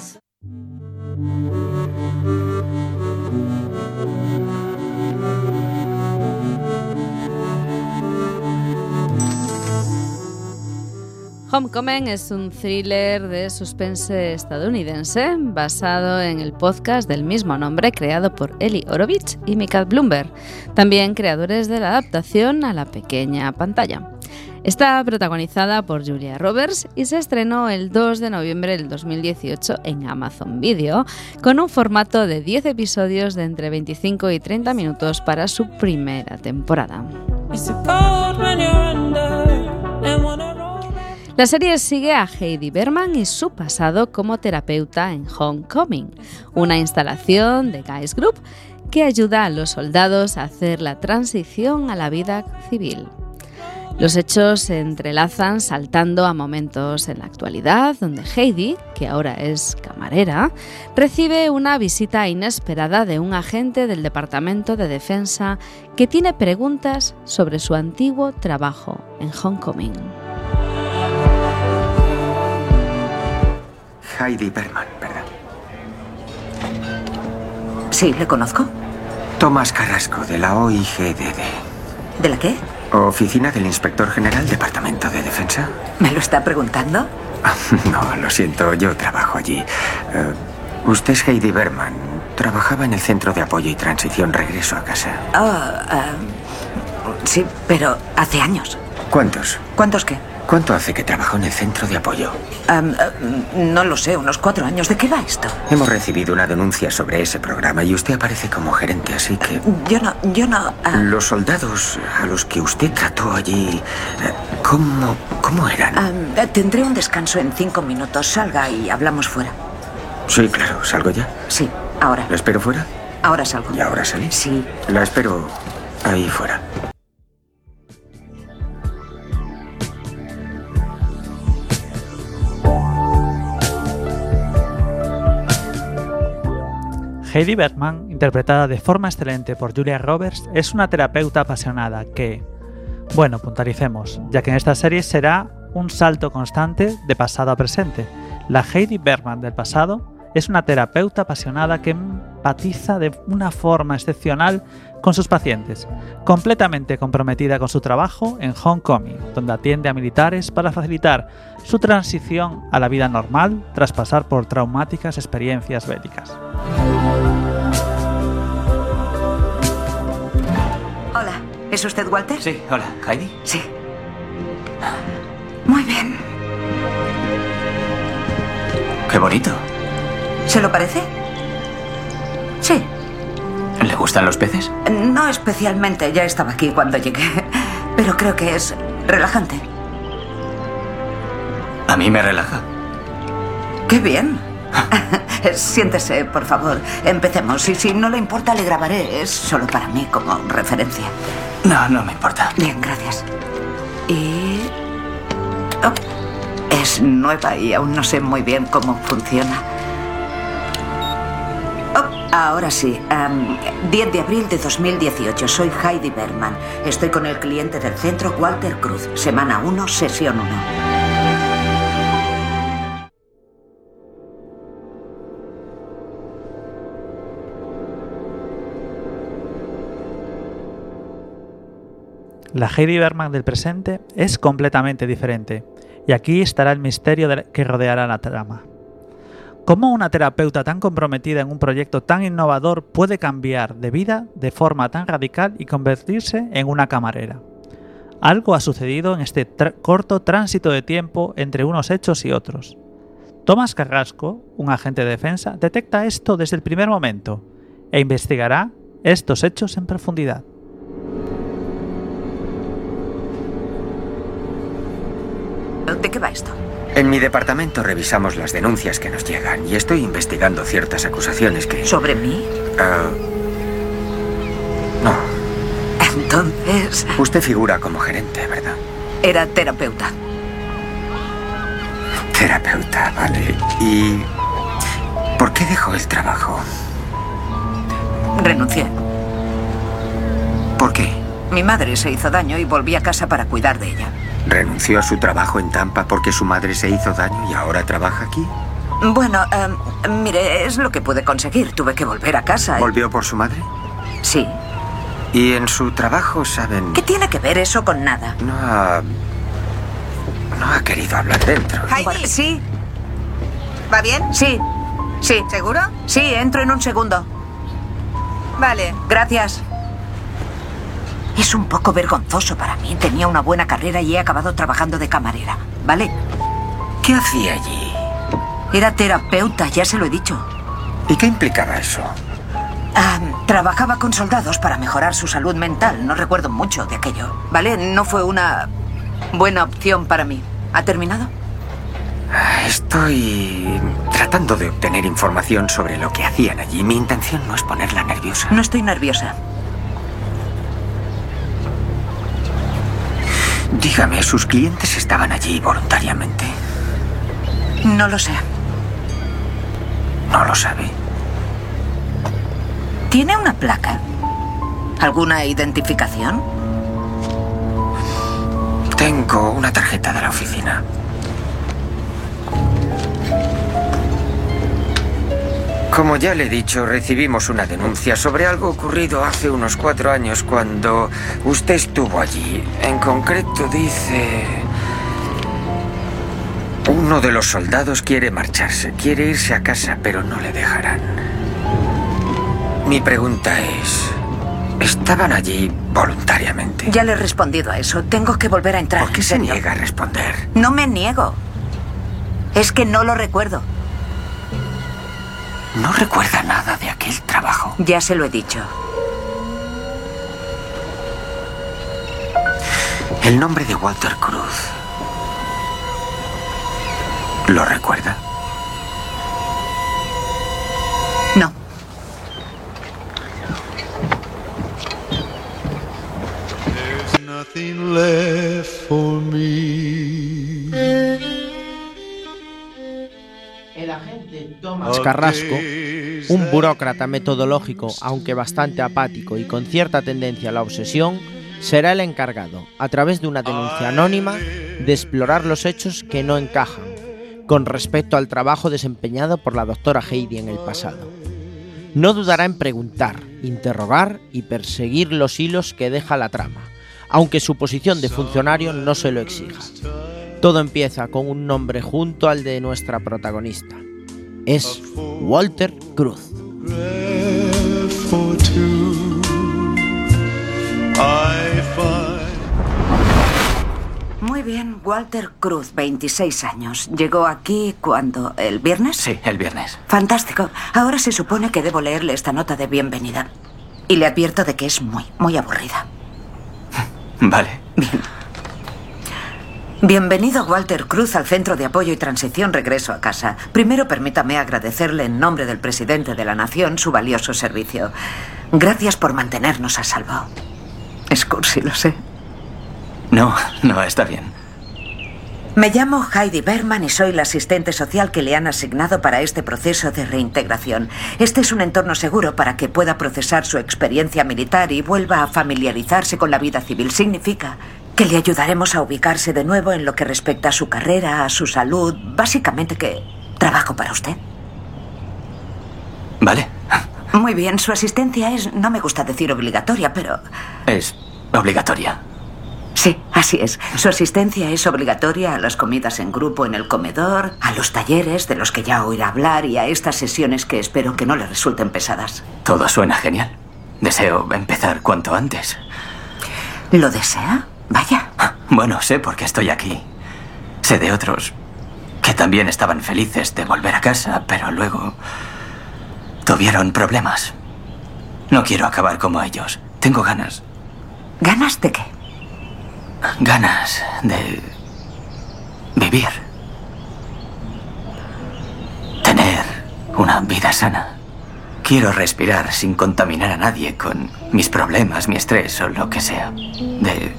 S11: sun.
S7: Homecoming es un thriller de suspense estadounidense basado en el podcast del mismo nombre creado por Eli Orovitz y Mikael Bloomberg, también creadores de la adaptación a la pequeña pantalla. Está protagonizada por Julia Roberts y se estrenó el 2 de noviembre del 2018 en Amazon Video con un formato de 10 episodios de entre 25 y 30 minutos para su primera temporada.
S11: It's so cold when you're under and wanna roll.
S7: La serie sigue a Heidi Berman y su pasado como terapeuta en Homecoming, una instalación de Guys Group que ayuda a los soldados a hacer la transición a la vida civil. Los hechos se entrelazan saltando a momentos en la actualidad donde Heidi, que ahora es camarera, recibe una visita inesperada de un agente del Departamento de Defensa que tiene preguntas sobre su antiguo trabajo en Homecoming.
S12: Heidi Berman, ¿verdad?
S13: Sí, le conozco.
S12: Tomás Carrasco, de la OIGDD.
S13: ¿De la qué?
S12: Oficina del Inspector General, Departamento de Defensa.
S13: ¿Me lo está preguntando?
S12: No, lo siento, yo trabajo allí. Eh, usted es Heidi Berman. Trabajaba en el Centro de Apoyo y Transición Regreso a Casa.
S13: Ah, ah, sí, pero hace años.
S12: ¿Cuántos?
S13: ¿Cuántos qué?
S12: ¿Cuánto hace que trabajó en el Centro de Apoyo?
S13: Am, ah, no lo sé, unos cuatro años. ¿De qué va esto?
S12: Hemos recibido una denuncia sobre ese programa y usted aparece como gerente, así que...
S13: Yo no, yo no... ah,
S12: Los soldados a los que usted trató allí, eh, ¿cómo, cómo eran?
S13: am, eh, tendré un descanso en cinco minutos. Salga y hablamos fuera. Ah.
S12: Sí, claro, ¿salgo ya?
S13: Sí, ahora.
S12: ¿La espero fuera?
S13: Ahora salgo.
S12: ¿Y ahora salís?
S13: Sí.
S12: La espero ahí fuera.
S5: Heidi Bergman, interpretada de forma excelente por Julia Roberts, es una terapeuta apasionada que, bueno, puntualicemos, ya que en esta serie será un salto constante de pasado a presente. La Heidi Bergman del pasado es una terapeuta apasionada que empatiza de una forma excepcional con sus pacientes, completamente comprometida con su trabajo en Homecoming, donde atiende a militares para facilitar su transición a la vida normal tras pasar por traumáticas experiencias bélicas.
S13: Hola, ¿es usted Walter?
S6: Sí, hola, Heidi.
S13: Sí. Muy bien.
S6: Qué bonito.
S13: ¿Se lo parece? Sí.
S6: ¿Le gustan los peces?
S13: No especialmente, ya estaba aquí cuando llegué. Pero creo que es relajante.
S6: A mí me relaja.
S13: Qué bien. Siéntese, por favor. Empecemos. Y si no le importa, le grabaré. Es solo para mí como referencia.
S6: No, no me importa.
S13: Bien, gracias. Y... Oh, es nueva y aún no sé muy bien cómo funciona. Oh, ahora sí. Am, 10 de abril de 2018. Soy Heidi Berman. Estoy con el cliente del centro, Walter Cruz. Semana 1, sesión 1.
S5: La Heidi Berman del presente es completamente diferente, y aquí estará el misterio de la- que rodeará la trama. ¿Cómo una terapeuta tan comprometida en un proyecto tan innovador puede cambiar de vida de forma tan radical y convertirse en una camarera? Algo ha sucedido en este tra- corto tránsito de tiempo entre unos hechos y otros. Tomás Carrasco, un agente de defensa, detecta esto desde el primer momento e investigará estos hechos en profundidad.
S13: ¿De qué va esto?
S12: En mi departamento revisamos las denuncias que nos llegan y estoy investigando ciertas acusaciones que...
S13: ¿Sobre mí?
S12: Ah, no.
S13: Entonces...
S12: Usted figura como gerente, ¿verdad?
S13: Era terapeuta.
S12: Terapeuta, vale. ¿Y por qué dejó el trabajo?
S13: Renuncié.
S12: ¿Por qué?
S13: Mi madre se hizo daño y volví a casa para cuidar de ella.
S12: ¿Renunció a su trabajo en Tampa porque su madre se hizo daño y ahora trabaja aquí?
S13: Bueno, em, mire, es lo que pude conseguir. Tuve que volver a casa. y-
S12: ¿Volvió por su madre?
S13: Sí.
S12: ¿Y en su trabajo saben?
S13: ¿Qué tiene que ver eso con nada?
S12: No ha... No ha querido hablar dentro.
S13: Heidi. Sí. ¿Va bien? Sí. Sí. ¿Seguro? Sí, entro en un segundo. Vale. Gracias. Es un poco vergonzoso para mí. Tenía una buena carrera y he acabado trabajando de camarera. ¿Vale?
S12: ¿Qué hacía allí?
S13: Era terapeuta, ya se lo he dicho.
S12: ¿Y qué implicaba eso?
S13: Ah, trabajaba con soldados para mejorar su salud mental. No recuerdo mucho de aquello. ¿Vale? No fue una buena opción para mí. ¿Ha terminado?
S12: Estoy tratando de obtener información sobre lo que hacían allí. Mi intención no es ponerla nerviosa.
S13: No estoy nerviosa.
S12: Dígame, ¿sus clientes estaban allí voluntariamente?
S13: No lo sé.
S12: No lo sabe.
S13: ¿Tiene una placa? ¿Alguna identificación?
S12: Tengo una tarjeta de la oficina. Como ya le he dicho, recibimos una denuncia sobre algo ocurrido hace unos cuatro años cuando usted estuvo allí. En concreto dice... Uno de los soldados quiere marcharse, quiere irse a casa, pero no le dejarán. Mi pregunta es... ¿Estaban allí voluntariamente?
S13: Ya le he respondido a eso. Tengo que volver a entrar.
S12: ¿Por qué se niega a responder?
S13: No me niego. Es que no lo recuerdo.
S12: No recuerda nada de aquel trabajo.
S13: Ya se lo he dicho.
S12: El nombre de Walter Cruz. ¿Lo recuerda?
S13: No.
S14: Nothing left for me.
S10: El agente Tomás Carrasco, un burócrata metodológico, aunque bastante apático y con cierta tendencia a la obsesión, será el encargado, a través de una denuncia anónima, de explorar los hechos que no encajan,
S1: con respecto al trabajo desempeñado por la doctora Heidi en el pasado. No dudará en preguntar, interrogar y perseguir los hilos que deja la trama, aunque su posición de funcionario no se lo exija. Todo empieza con un nombre junto al de nuestra protagonista. Es Walter Cruz.
S13: Muy bien, Walter Cruz, 26 años. Llegó aquí cuando, ¿el viernes?
S12: Sí, el viernes.
S13: Fantástico. Ahora se supone que debo leerle esta nota de bienvenida. Y le advierto de que es muy, muy aburrida.
S12: Vale.
S13: Bien. Bienvenido Walter Cruz al Centro de Apoyo y Transición Regreso a Casa. Primero permítame agradecerle en nombre del presidente de la Nación su valioso servicio. Gracias por mantenernos a salvo. Es cursi, lo sé.
S12: No, no, está bien.
S13: Me llamo Heidi Berman y soy la asistente social que le han asignado para este proceso de reintegración. Este es un entorno seguro para que pueda procesar su experiencia militar y vuelva a familiarizarse con la vida civil. Significa que le ayudaremos a ubicarse de nuevo en lo que respecta a su carrera, a su salud, básicamente que trabajo para usted.
S12: Vale.
S13: Muy bien, su asistencia es, no me gusta decir obligatoria, pero...
S12: Es obligatoria.
S13: Sí, así es. Su asistencia es obligatoria a las comidas en grupo en el comedor, a los talleres de los que ya oirá hablar y a estas sesiones que espero que no le resulten pesadas.
S12: Todo suena genial. Deseo empezar cuanto antes.
S13: ¿Lo desea? Vaya.
S12: Bueno, sé por qué estoy aquí. Sé de otros que también estaban felices de volver a casa, pero luego tuvieron problemas. No quiero acabar como ellos. Tengo ganas.
S13: ¿Ganas de qué?
S12: ganas de vivir. Tener una vida sana. Quiero respirar sin contaminar a nadie con mis problemas, mi estrés o lo que sea. De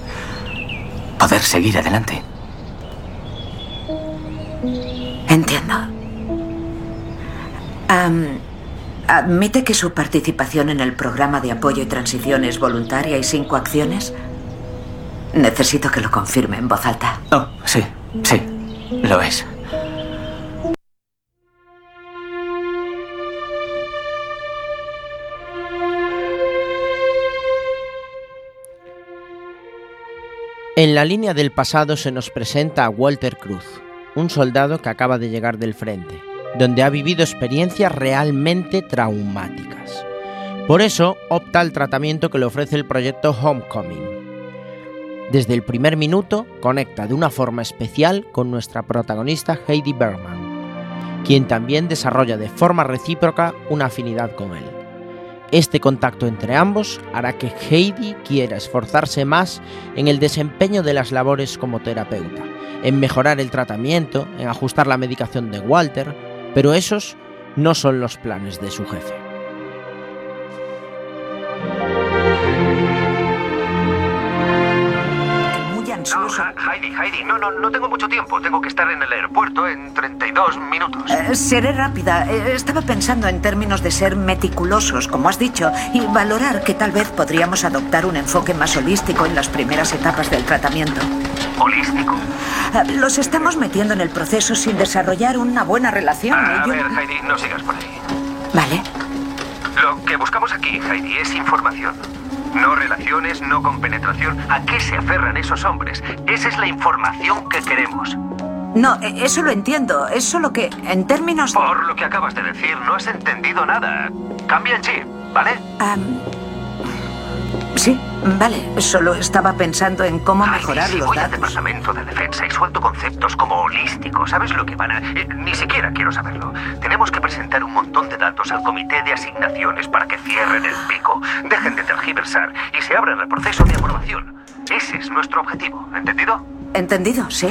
S12: poder seguir adelante.
S13: Entiendo. Um, ¿Admite que su participación en el programa de apoyo y transición es voluntaria y sin coacciones? Necesito que lo confirme en voz alta.
S12: Oh, sí, sí, lo es.
S1: En la línea del pasado se nos presenta a Walter Cruz, un soldado que acaba de llegar del frente, donde ha vivido experiencias realmente traumáticas. Por eso opta al tratamiento que le ofrece el proyecto Homecoming, desde el primer minuto conecta de una forma especial con nuestra protagonista Heidi Berman, quien también desarrolla de forma recíproca una afinidad con él. Este contacto entre ambos hará que Heidi quiera esforzarse más en el desempeño de las labores como terapeuta, en mejorar el tratamiento, en ajustar la medicación de Walter, pero esos no son los planes de su jefe.
S15: No, Heidi, Heidi, no, no, no tengo mucho tiempo. Tengo que estar en el aeropuerto en 32 minutos.
S13: Eh, seré rápida. Eh, estaba pensando en términos de ser meticulosos, como has dicho, y valorar que tal vez podríamos adoptar un enfoque más holístico en las primeras etapas del tratamiento.
S15: ¿Holístico?
S13: Eh, los estamos metiendo en el proceso sin desarrollar una buena relación. ¿eh?
S15: Ah, a yo... ver, Heidi, no sigas por ahí.
S13: Vale.
S15: Lo que buscamos aquí, Heidi, es información. No relaciones, no compenetración. ¿A qué se aferran esos hombres? Esa es la información que queremos.
S13: No, eh, eso lo entiendo. Es solo que, en términos... De...
S15: Por lo que acabas de decir, no has entendido nada. Cambia el chip, ¿vale?
S13: Um... Sí, vale. Solo estaba pensando en cómo
S15: Ay,
S13: mejorar
S15: si
S13: los
S15: voy
S13: datos.
S15: al departamento de defensa y suelto conceptos como holístico, ¿sabes lo que van a...? Eh, ni siquiera quiero saberlo. Tenemos que presentar un montón de datos al comité de asignaciones para que cierren el pico, dejen de tergiversar y se abran el proceso de aprobación. Ese es nuestro objetivo, ¿entendido?
S13: Entendido, sí.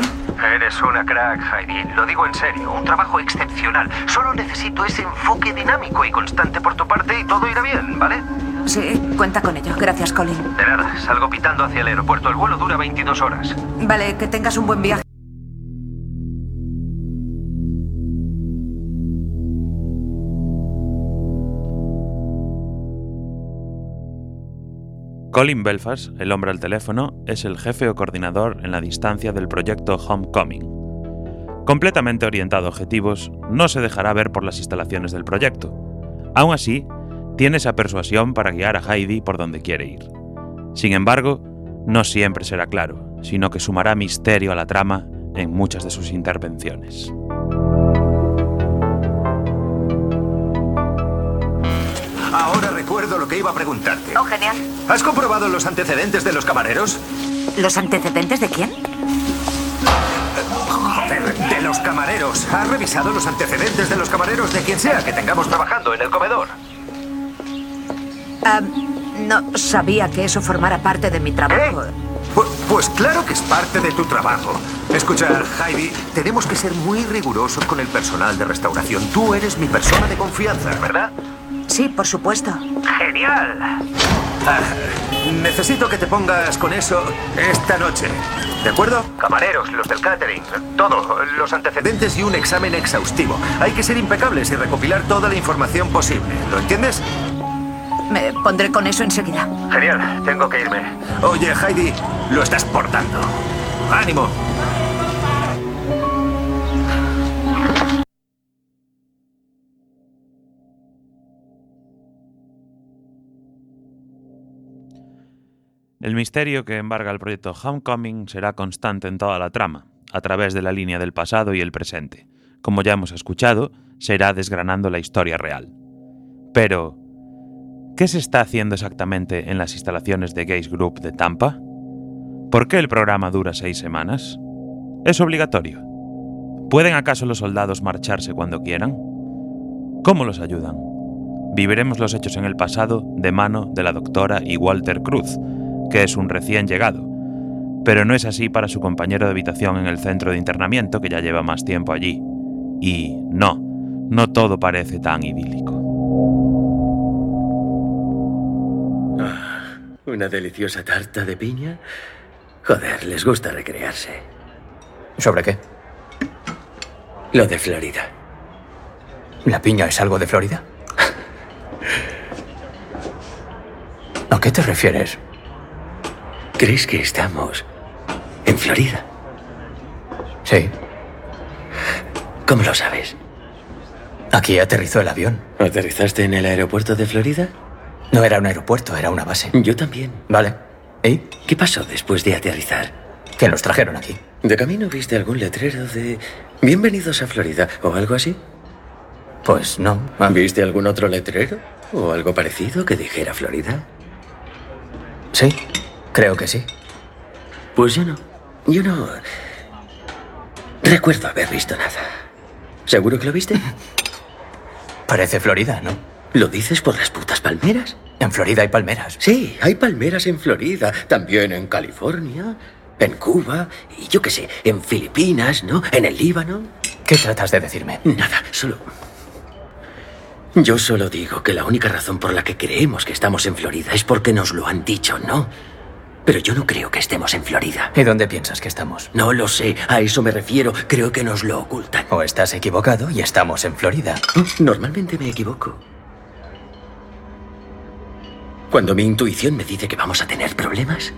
S15: Eres una crack, Heidi. Lo digo en serio, un trabajo excepcional. Solo necesito ese enfoque dinámico y constante por tu parte y todo irá bien, ¿vale?
S13: Sí, cuenta con ello. Gracias, Colin.
S15: De nada, salgo pitando hacia el aeropuerto. El vuelo dura 22 horas.
S13: Vale, que tengas un buen viaje.
S3: Colin Belfast, el hombre al teléfono, es el jefe o coordinador en la distancia del proyecto Homecoming. completamente orientado a objetivos, no se dejará ver por las instalaciones del proyecto. Aún así, tiene esa persuasión para guiar a Heidi por donde quiere ir. Sin embargo, no siempre será claro, sino que sumará misterio a la trama en muchas de sus intervenciones.
S15: Ahora recuerdo lo que iba a preguntarte.
S13: Oh, genial.
S15: ¿Has comprobado los antecedentes de los camareros?
S13: ¿Los antecedentes de quién?
S15: Joder, de los camareros. ¿Has revisado los antecedentes de los camareros de quien sea que tengamos trabajando en el comedor?
S13: Ah, no sabía que eso formara parte de mi trabajo.
S15: Pu- Pues claro que es parte de tu trabajo. Escucha, Heidi, tenemos que ser muy rigurosos con el personal de restauración. Tú eres mi persona de confianza, ¿verdad?
S13: Sí, por supuesto.
S15: Genial. Ah, necesito que te pongas con eso esta noche. ¿De acuerdo? Camareros, los del catering, todo, los antecedentes y un examen exhaustivo. Hay que ser impecables y recopilar toda la información posible. ¿Lo entiendes?
S13: Me pondré con eso enseguida.
S15: Genial, tengo que irme. Oye, Heidi, lo estás portando. ¡Ánimo!
S3: El misterio que embarga el proyecto Homecoming será constante en toda la trama, a través de la línea del pasado y el presente. Como ya hemos escuchado, se irá desgranando la historia real. Pero, ¿qué se está haciendo exactamente en las instalaciones de Gaze Group de Tampa? ¿Por qué el programa dura seis semanas? ¿Es obligatorio? ¿Pueden acaso los soldados marcharse cuando quieran? ¿Cómo los ayudan? Viviremos los hechos en el pasado de mano de la doctora y Walter Cruz, que es un recién llegado. Pero no es así para su compañero de habitación en el centro de internamiento, que ya lleva más tiempo allí. Y no, no todo parece tan idílico.
S16: ¿Una deliciosa tarta de piña? Joder, les gusta recrearse.
S6: ¿Sobre qué?
S16: Lo de Florida.
S6: ¿La piña es algo de Florida?
S16: ¿A qué te refieres? ¿Crees que estamos en Florida? Sí. ¿Cómo lo sabes?
S6: Aquí aterrizó el avión.
S16: ¿Aterrizaste en el aeropuerto de Florida?
S6: No era un aeropuerto, era una base.
S16: Yo también.
S6: Vale.
S16: ¿Y? ¿Qué pasó después de aterrizar?
S6: Que nos trajeron aquí.
S16: ¿De camino viste algún letrero de Bienvenidos a Florida o algo así?
S6: Pues no.
S16: ¿Viste algún otro letrero o algo parecido que dijera Florida?
S6: Sí, creo que sí.
S16: Pues yo no. Yo no. Recuerdo haber visto nada. ¿Seguro que lo viste?
S6: Parece Florida, ¿no?
S16: ¿Lo dices por las putas palmeras?
S6: En Florida hay palmeras.
S16: Sí, hay palmeras en Florida, también en California, en Cuba, y yo qué sé, en Filipinas, ¿no? En el Líbano.
S6: ¿Qué tratas de decirme?
S16: Nada, solo... Yo solo digo que la única razón por la que creemos que estamos en Florida es porque nos lo han dicho, ¿no? Pero yo no creo que estemos en Florida.
S6: ¿Y dónde piensas que estamos?
S16: No lo sé, a eso me refiero. Creo que nos lo ocultan. Mm,
S6: O estás equivocado y estamos en Florida.
S16: Normalmente me equivoco. Cuando mi intuición me dice que vamos a tener problemas,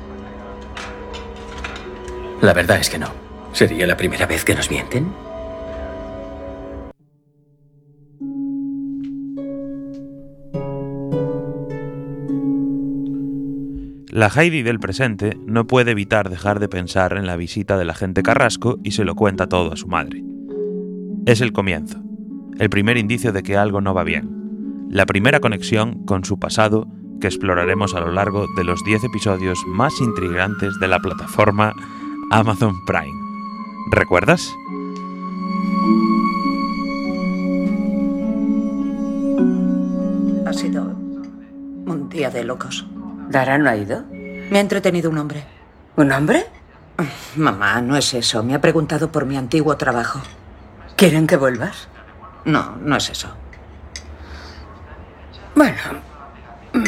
S6: La verdad es que no.
S16: ¿sería la primera vez que nos mienten?
S3: La Heidi del presente no puede evitar dejar de pensar en la visita del agente Carrasco y se lo cuenta todo a su madre. Es el comienzo, el primer indicio de que algo no va bien, la primera conexión con su pasado que exploraremos a lo largo de los 10 episodios más intrigantes de la plataforma Amazon Prime. ¿Recuerdas?
S13: Ha sido un día de locos. ¿Dara no ha ido? Me ha entretenido un hombre. ¿Un hombre? Mamá, no es eso. Me ha preguntado por mi antiguo trabajo. ¿Quieren que vuelvas? No, no es eso.
S17: Bueno,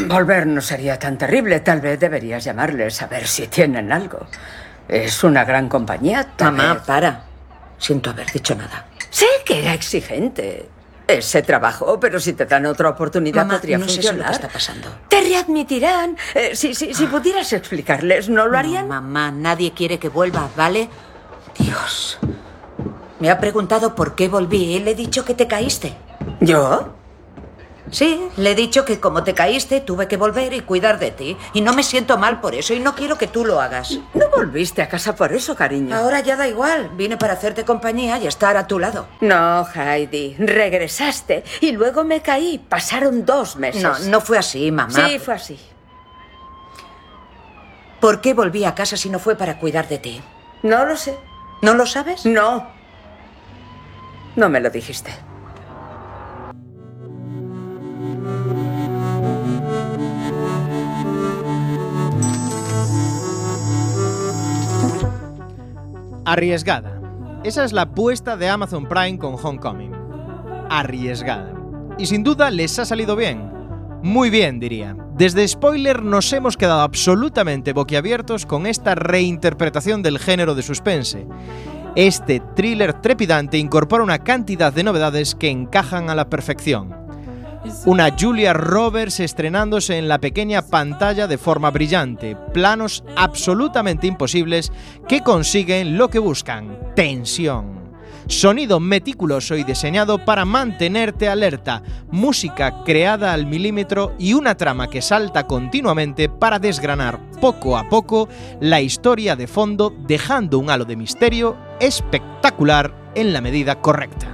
S17: volver no sería tan terrible. Tal vez deberías llamarles a ver si tienen algo. Es una gran compañía. tal
S13: Mamá,
S17: vez.
S13: para. Siento haber dicho nada.
S17: Sé que era exigente ese trabajo, pero si te dan otra oportunidad
S13: Mamá,
S17: podría
S13: no sé lo que
S17: funcionar.
S13: está pasando.
S17: te readmitirán. Eh, si, si, si pudieras explicarles, ¿no lo harían?
S13: No, mamá, nadie quiere que vuelva, ¿vale? Dios. Me ha preguntado por qué volví y le he dicho que te caíste.
S17: ¿Yo?
S13: Sí, le he dicho que como te caíste tuve que volver y cuidar de ti. Y no me siento mal por eso y no quiero que tú lo hagas.
S17: No volviste a casa por eso, cariño.
S13: Ahora ya da igual. Vine para hacerte compañía y estar a tu lado.
S17: No, Heidi, regresaste y luego me caí. Pasaron dos meses.
S13: No, no fue así, mamá.
S17: Sí, fue así.
S13: ¿Por qué volví a casa si no fue para cuidar de ti?
S17: No lo sé.
S13: ¿No lo sabes?
S17: No. No me lo dijiste.
S2: Arriesgada. Esa es la apuesta de Amazon Prime con Homecoming. Arriesgada. Y sin duda les ha salido bien. Muy bien, diría. Desde spoiler nos hemos quedado absolutamente boquiabiertos con esta reinterpretación del género de suspense. Este thriller trepidante incorpora una cantidad de novedades que encajan a la perfección. Una Julia Roberts estrenándose en la pequeña pantalla de forma brillante, planos absolutamente imposibles que consiguen lo que buscan, tensión. Sonido meticuloso y diseñado para mantenerte alerta, música creada al milímetro y una trama que salta continuamente para desgranar poco a poco la historia de fondo dejando un halo de misterio espectacular en la medida correcta.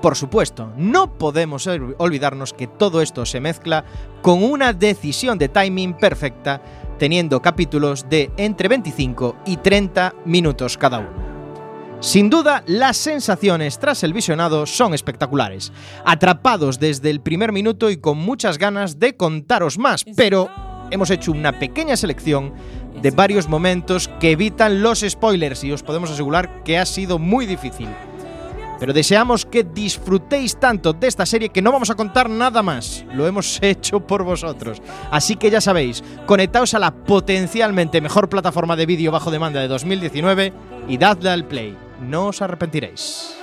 S2: por supuesto, no podemos olvidarnos que todo esto se mezcla con una decisión de timing perfecta, teniendo capítulos de entre 25 y 30 minutos cada uno. Sin duda, las sensaciones tras el visionado son espectaculares, atrapados desde el primer minuto y con muchas ganas de contaros más, pero hemos hecho una pequeña selección de varios momentos que evitan los spoilers y os podemos asegurar que ha sido muy difícil pero deseamos que disfrutéis tanto de esta serie que no vamos a contar nada más. Lo hemos hecho por vosotros. Así que ya sabéis, conectaos a la potencialmente mejor plataforma de vídeo bajo demanda de 2019 y dadle al play. No os arrepentiréis.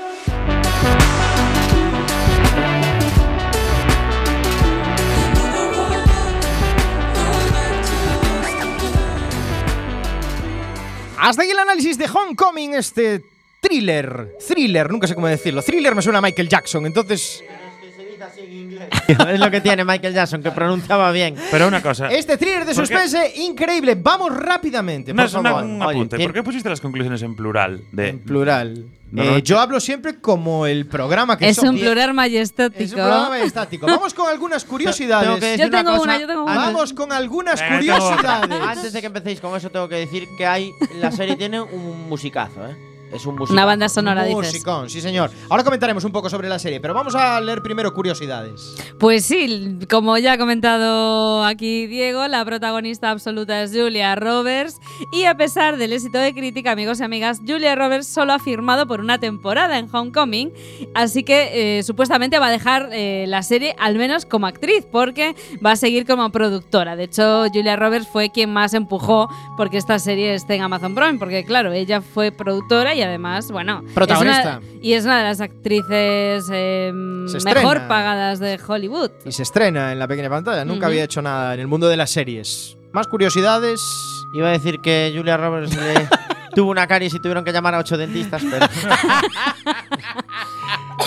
S2: Hasta aquí el análisis de Homecoming, este thriller, thriller, nunca sé cómo decirlo. Thriller me suena a Michael Jackson, entonces.
S10: Pero es que se dice así en inglés. es lo que tiene Michael Jackson, que pronunciaba bien.
S3: Pero una cosa.
S2: Este thriller de suspense increíble. Vamos rápidamente.
S3: No,
S2: por
S3: es una-
S2: favor.
S3: un
S2: Oye,
S3: apunte.
S2: tiene-
S3: ¿Por qué pusiste las conclusiones en plural? De,
S2: Plural.
S3: No,
S2: Eh,
S3: no,
S2: yo hablo siempre como el programa que
S4: Es
S2: son.
S4: un plural majestático.
S2: Es un programa estático. Vamos con algunas curiosidades.
S10: Tengo que decir Yo tengo cosa. una, yo
S4: tengo
S10: una.
S2: Vamos con algunas
S10: Venga, yo tengo una.
S2: curiosidades.
S10: Antes de que empecéis con eso, tengo que decir que hay la serie tiene un musicazo, ¿eh? Es un musicazo.
S4: Una banda sonora,
S10: Un
S4: dices.
S10: musicón.
S2: Sí, señor. Ahora comentaremos un poco sobre la serie, pero vamos a leer primero curiosidades.
S4: Pues sí, como ya ha comentado aquí Diego, la protagonista absoluta es Julia Roberts y a pesar del éxito de crítica, amigos y amigas, Julia Roberts solo ha firmado por una temporada en Homecoming, así que eh, supuestamente va a dejar eh, la serie al menos como actriz, porque va a seguir como productora. De hecho, Julia Roberts fue quien más empujó porque esta serie esté en Amazon Prime, porque claro, ella fue productora y además, bueno, es una-
S2: Protagonista.
S4: y es una de las actrices eh,
S2: Se
S4: mejor
S2: estrena.
S4: pagadas de Hollywood.
S2: Y se estrena en la pequeña pantalla.
S4: Ujú.
S2: Nunca había hecho nada en el mundo de las series. Más curiosidades.
S10: Iba a decir que Julia Roberts le tuvo una caries y tuvieron que llamar a ocho dentistas, pero.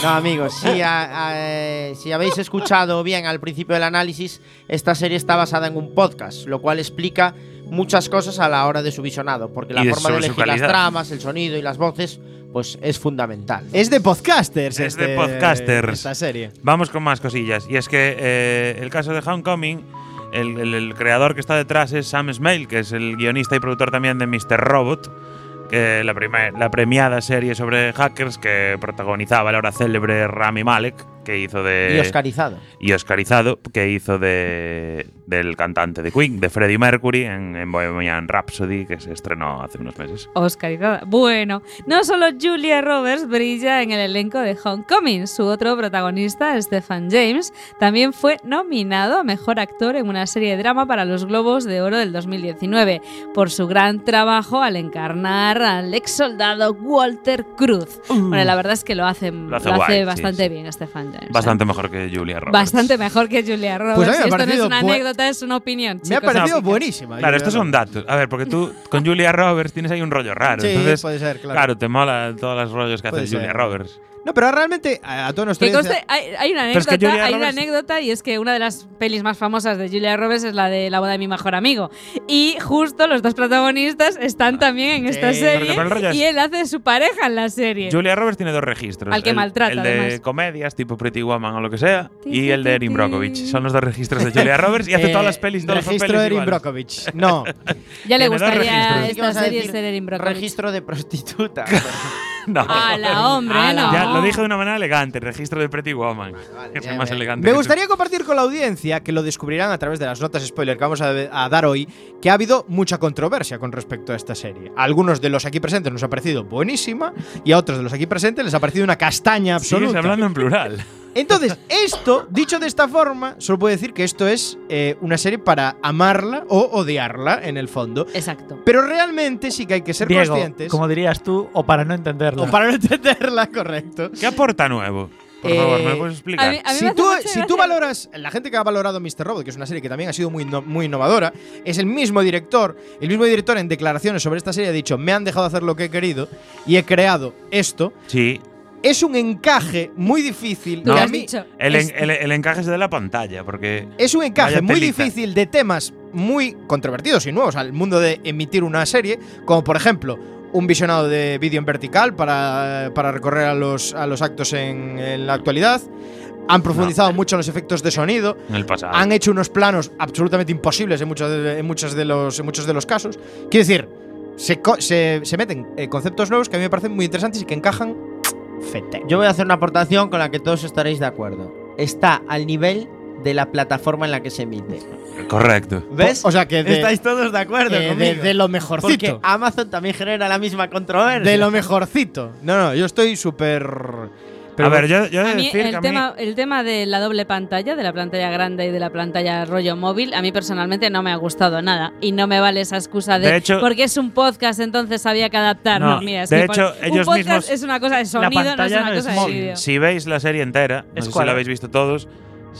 S10: No, amigos, si, a- a- eh, si habéis escuchado bien al principio del análisis, esta serie está basada en un podcast, lo cual explica muchas cosas a la hora de su visionado, porque la
S3: Y de
S10: forma de
S3: sobre su
S10: elegir las
S3: calidad.
S10: tramas, el sonido y las voces, pues es fundamental.
S2: Es de podcasters.
S3: Es de
S2: este-
S3: podcasters.
S2: Esta serie.
S3: Vamos con más cosillas. Y es que eh, el caso de Homecoming, el, el- el creador que está detrás es Sam Smale, que es el guionista y productor también de Mr. Robot, que la, prima- la premiada serie sobre hackers que protagonizaba el ahora célebre Rami Malek, que hizo de.
S10: Y Oscarizado.
S3: y Oscarizado, que hizo de, del cantante de Queen, de Freddie Mercury, en, en Bohemian Rhapsody, que se estrenó hace unos meses.
S4: Oscarizada. Bueno, no solo Julia Roberts brilla en el elenco de Homecoming, su otro protagonista, Stephen James, también fue nominado a Mejor Actor en una serie de drama para los Globos de Oro del 2019, por su gran trabajo al encarnar al ex soldado Walter Cruz. Bueno, la verdad es que lo hace,
S3: Lo hace
S4: lo hace
S3: guay, sí,
S4: bastante bien
S7: o
S4: Stephen
S7: sea,
S3: Bastante mejor que Julia Roberts.
S7: Bastante mejor que Julia Roberts.
S3: Pues a mí me ha
S7: Esto no es
S3: parecido
S7: una
S3: bu-
S7: anécdota, es una opinión.
S3: Me ha
S7: chicos.
S3: parecido
S7: Así que-
S2: buenísima.
S3: Claro, estos son datos. A ver, porque tú con Julia Roberts tienes ahí un rollo raro.
S2: Sí,
S3: entonces,
S2: puede ser, claro.
S3: te mola todos los rollos que
S2: Puede
S3: hace
S2: ser.
S3: Julia Roberts.
S2: No, pero realmente a, a toda nuestra
S7: Que conste,
S2: audiencia-
S7: hay, hay una
S3: Pero es que
S7: anécdota,
S3: Julia
S7: hay una
S3: Roberts-
S7: anécdota y es que una de las pelis más famosas de Julia Roberts es la de La boda de mi mejor amigo. Y justo los dos protagonistas están también en esta
S3: Sí. Pero
S7: serie
S3: que con el rollo
S7: y
S3: es-
S7: él hace de su pareja en la serie.
S3: Julia Roberts tiene dos registros.
S7: Al que
S3: el,
S7: maltrata,
S3: El de
S7: además.
S3: comedias, tipo Pretty Woman o lo que sea, y el de Erin Brockovich. Son los dos registros de Julia Roberts y hace
S2: Eh,
S3: todas las pelis, todos los
S2: registro
S3: papeles
S2: de Erin
S3: iguales.
S2: Brockovich. No.
S7: ya le
S3: tiene dos
S7: gustaría
S3: registros.
S10: ¿Qué
S7: esta
S10: vas a
S7: serie
S10: decir?
S7: ser Erin Brockovich.
S10: Registro de prostituta.
S3: No. Ah,
S7: Ala, hombre, no.
S3: Ya lo dije de una manera elegante, el registro de Pretty Woman. que fue más elegante.
S2: Eh, Me
S3: que tú.
S2: gustaría compartir con la audiencia, que lo descubrirán a través de las notas spoiler que vamos a, a dar hoy, que ha habido mucha controversia con respecto a esta serie. A algunos de los aquí presentes nos ha parecido buenísima y a otros de los aquí presentes les ha parecido una castaña absoluta.
S3: Sigues hablando en plural.
S2: Entonces, esto, dicho de esta forma, solo puedo decir que esto es eh, una serie para amarla o odiarla en el fondo.
S7: Exacto.
S2: Pero realmente sí que hay que ser
S5: Diego,
S2: conscientes.
S5: como dirías tú, o para no entenderlo.
S2: O para no entenderla, correcto.
S3: ¿Qué aporta nuevo? Por favor, ¿me
S2: Eh,
S3: lo puedes explicar?
S2: si, tú, si tú valoras, la gente que ha valorado Mr. Robot, que es una serie que también ha sido muy, inno- muy innovadora, es el mismo director. El mismo director en declaraciones sobre esta serie ha dicho: Me han dejado hacer lo que he querido y he creado esto.
S3: Sí.
S2: Es un encaje muy difícil.
S3: No,
S2: que a mí
S3: el,
S2: es-
S3: en- el- el encaje es de la pantalla, porque.
S2: es un encaje
S3: Vaya
S2: muy
S3: telita.
S2: difícil de temas muy controvertidos y nuevos al mundo de emitir una serie, como por ejemplo un visionado de vídeo en vertical para, para recorrer a los, a los actos en, en la actualidad. Han profundizado mucho en los efectos de sonido.
S3: En el pasado.
S2: Han hecho unos planos absolutamente imposibles en muchos de, en muchos de, los, en muchos de los casos. Quiero decir, se, co- se- se meten eh, conceptos nuevos que a mí me parecen muy interesantes y que encajan fete.
S10: Yo voy a hacer una aportación con la que todos estaréis de acuerdo. Está al nivel de la plataforma en la que se emite.
S3: Correcto.
S10: ¿Ves?
S2: O sea que de-
S10: estáis todos de acuerdo.
S2: eh, de-
S10: conmigo.
S2: de lo mejorcito.
S10: Porque Amazon también genera la misma controversia.
S2: De lo mejorcito. No, no, yo estoy súper.
S3: A ver, yo, yo he de
S7: A mí,
S3: decir que
S7: el,
S3: a mí-
S7: tema, el tema de la doble pantalla, de la pantalla grande y de la pantalla rollo móvil, a mí personalmente no me ha gustado nada. Y no me vale esa excusa de,
S3: De hecho-
S7: porque es un podcast, entonces había que adaptarlo.
S3: No,
S7: Mira, es
S3: de
S7: que
S3: hecho,
S7: por- un
S3: ellos
S7: podcast
S3: mismos-
S7: es una cosa de sonido, no es una cosa de vídeo.
S3: Si veis la serie entera, no
S5: Es
S3: sé si
S5: cuadrada.
S3: la habéis visto todos,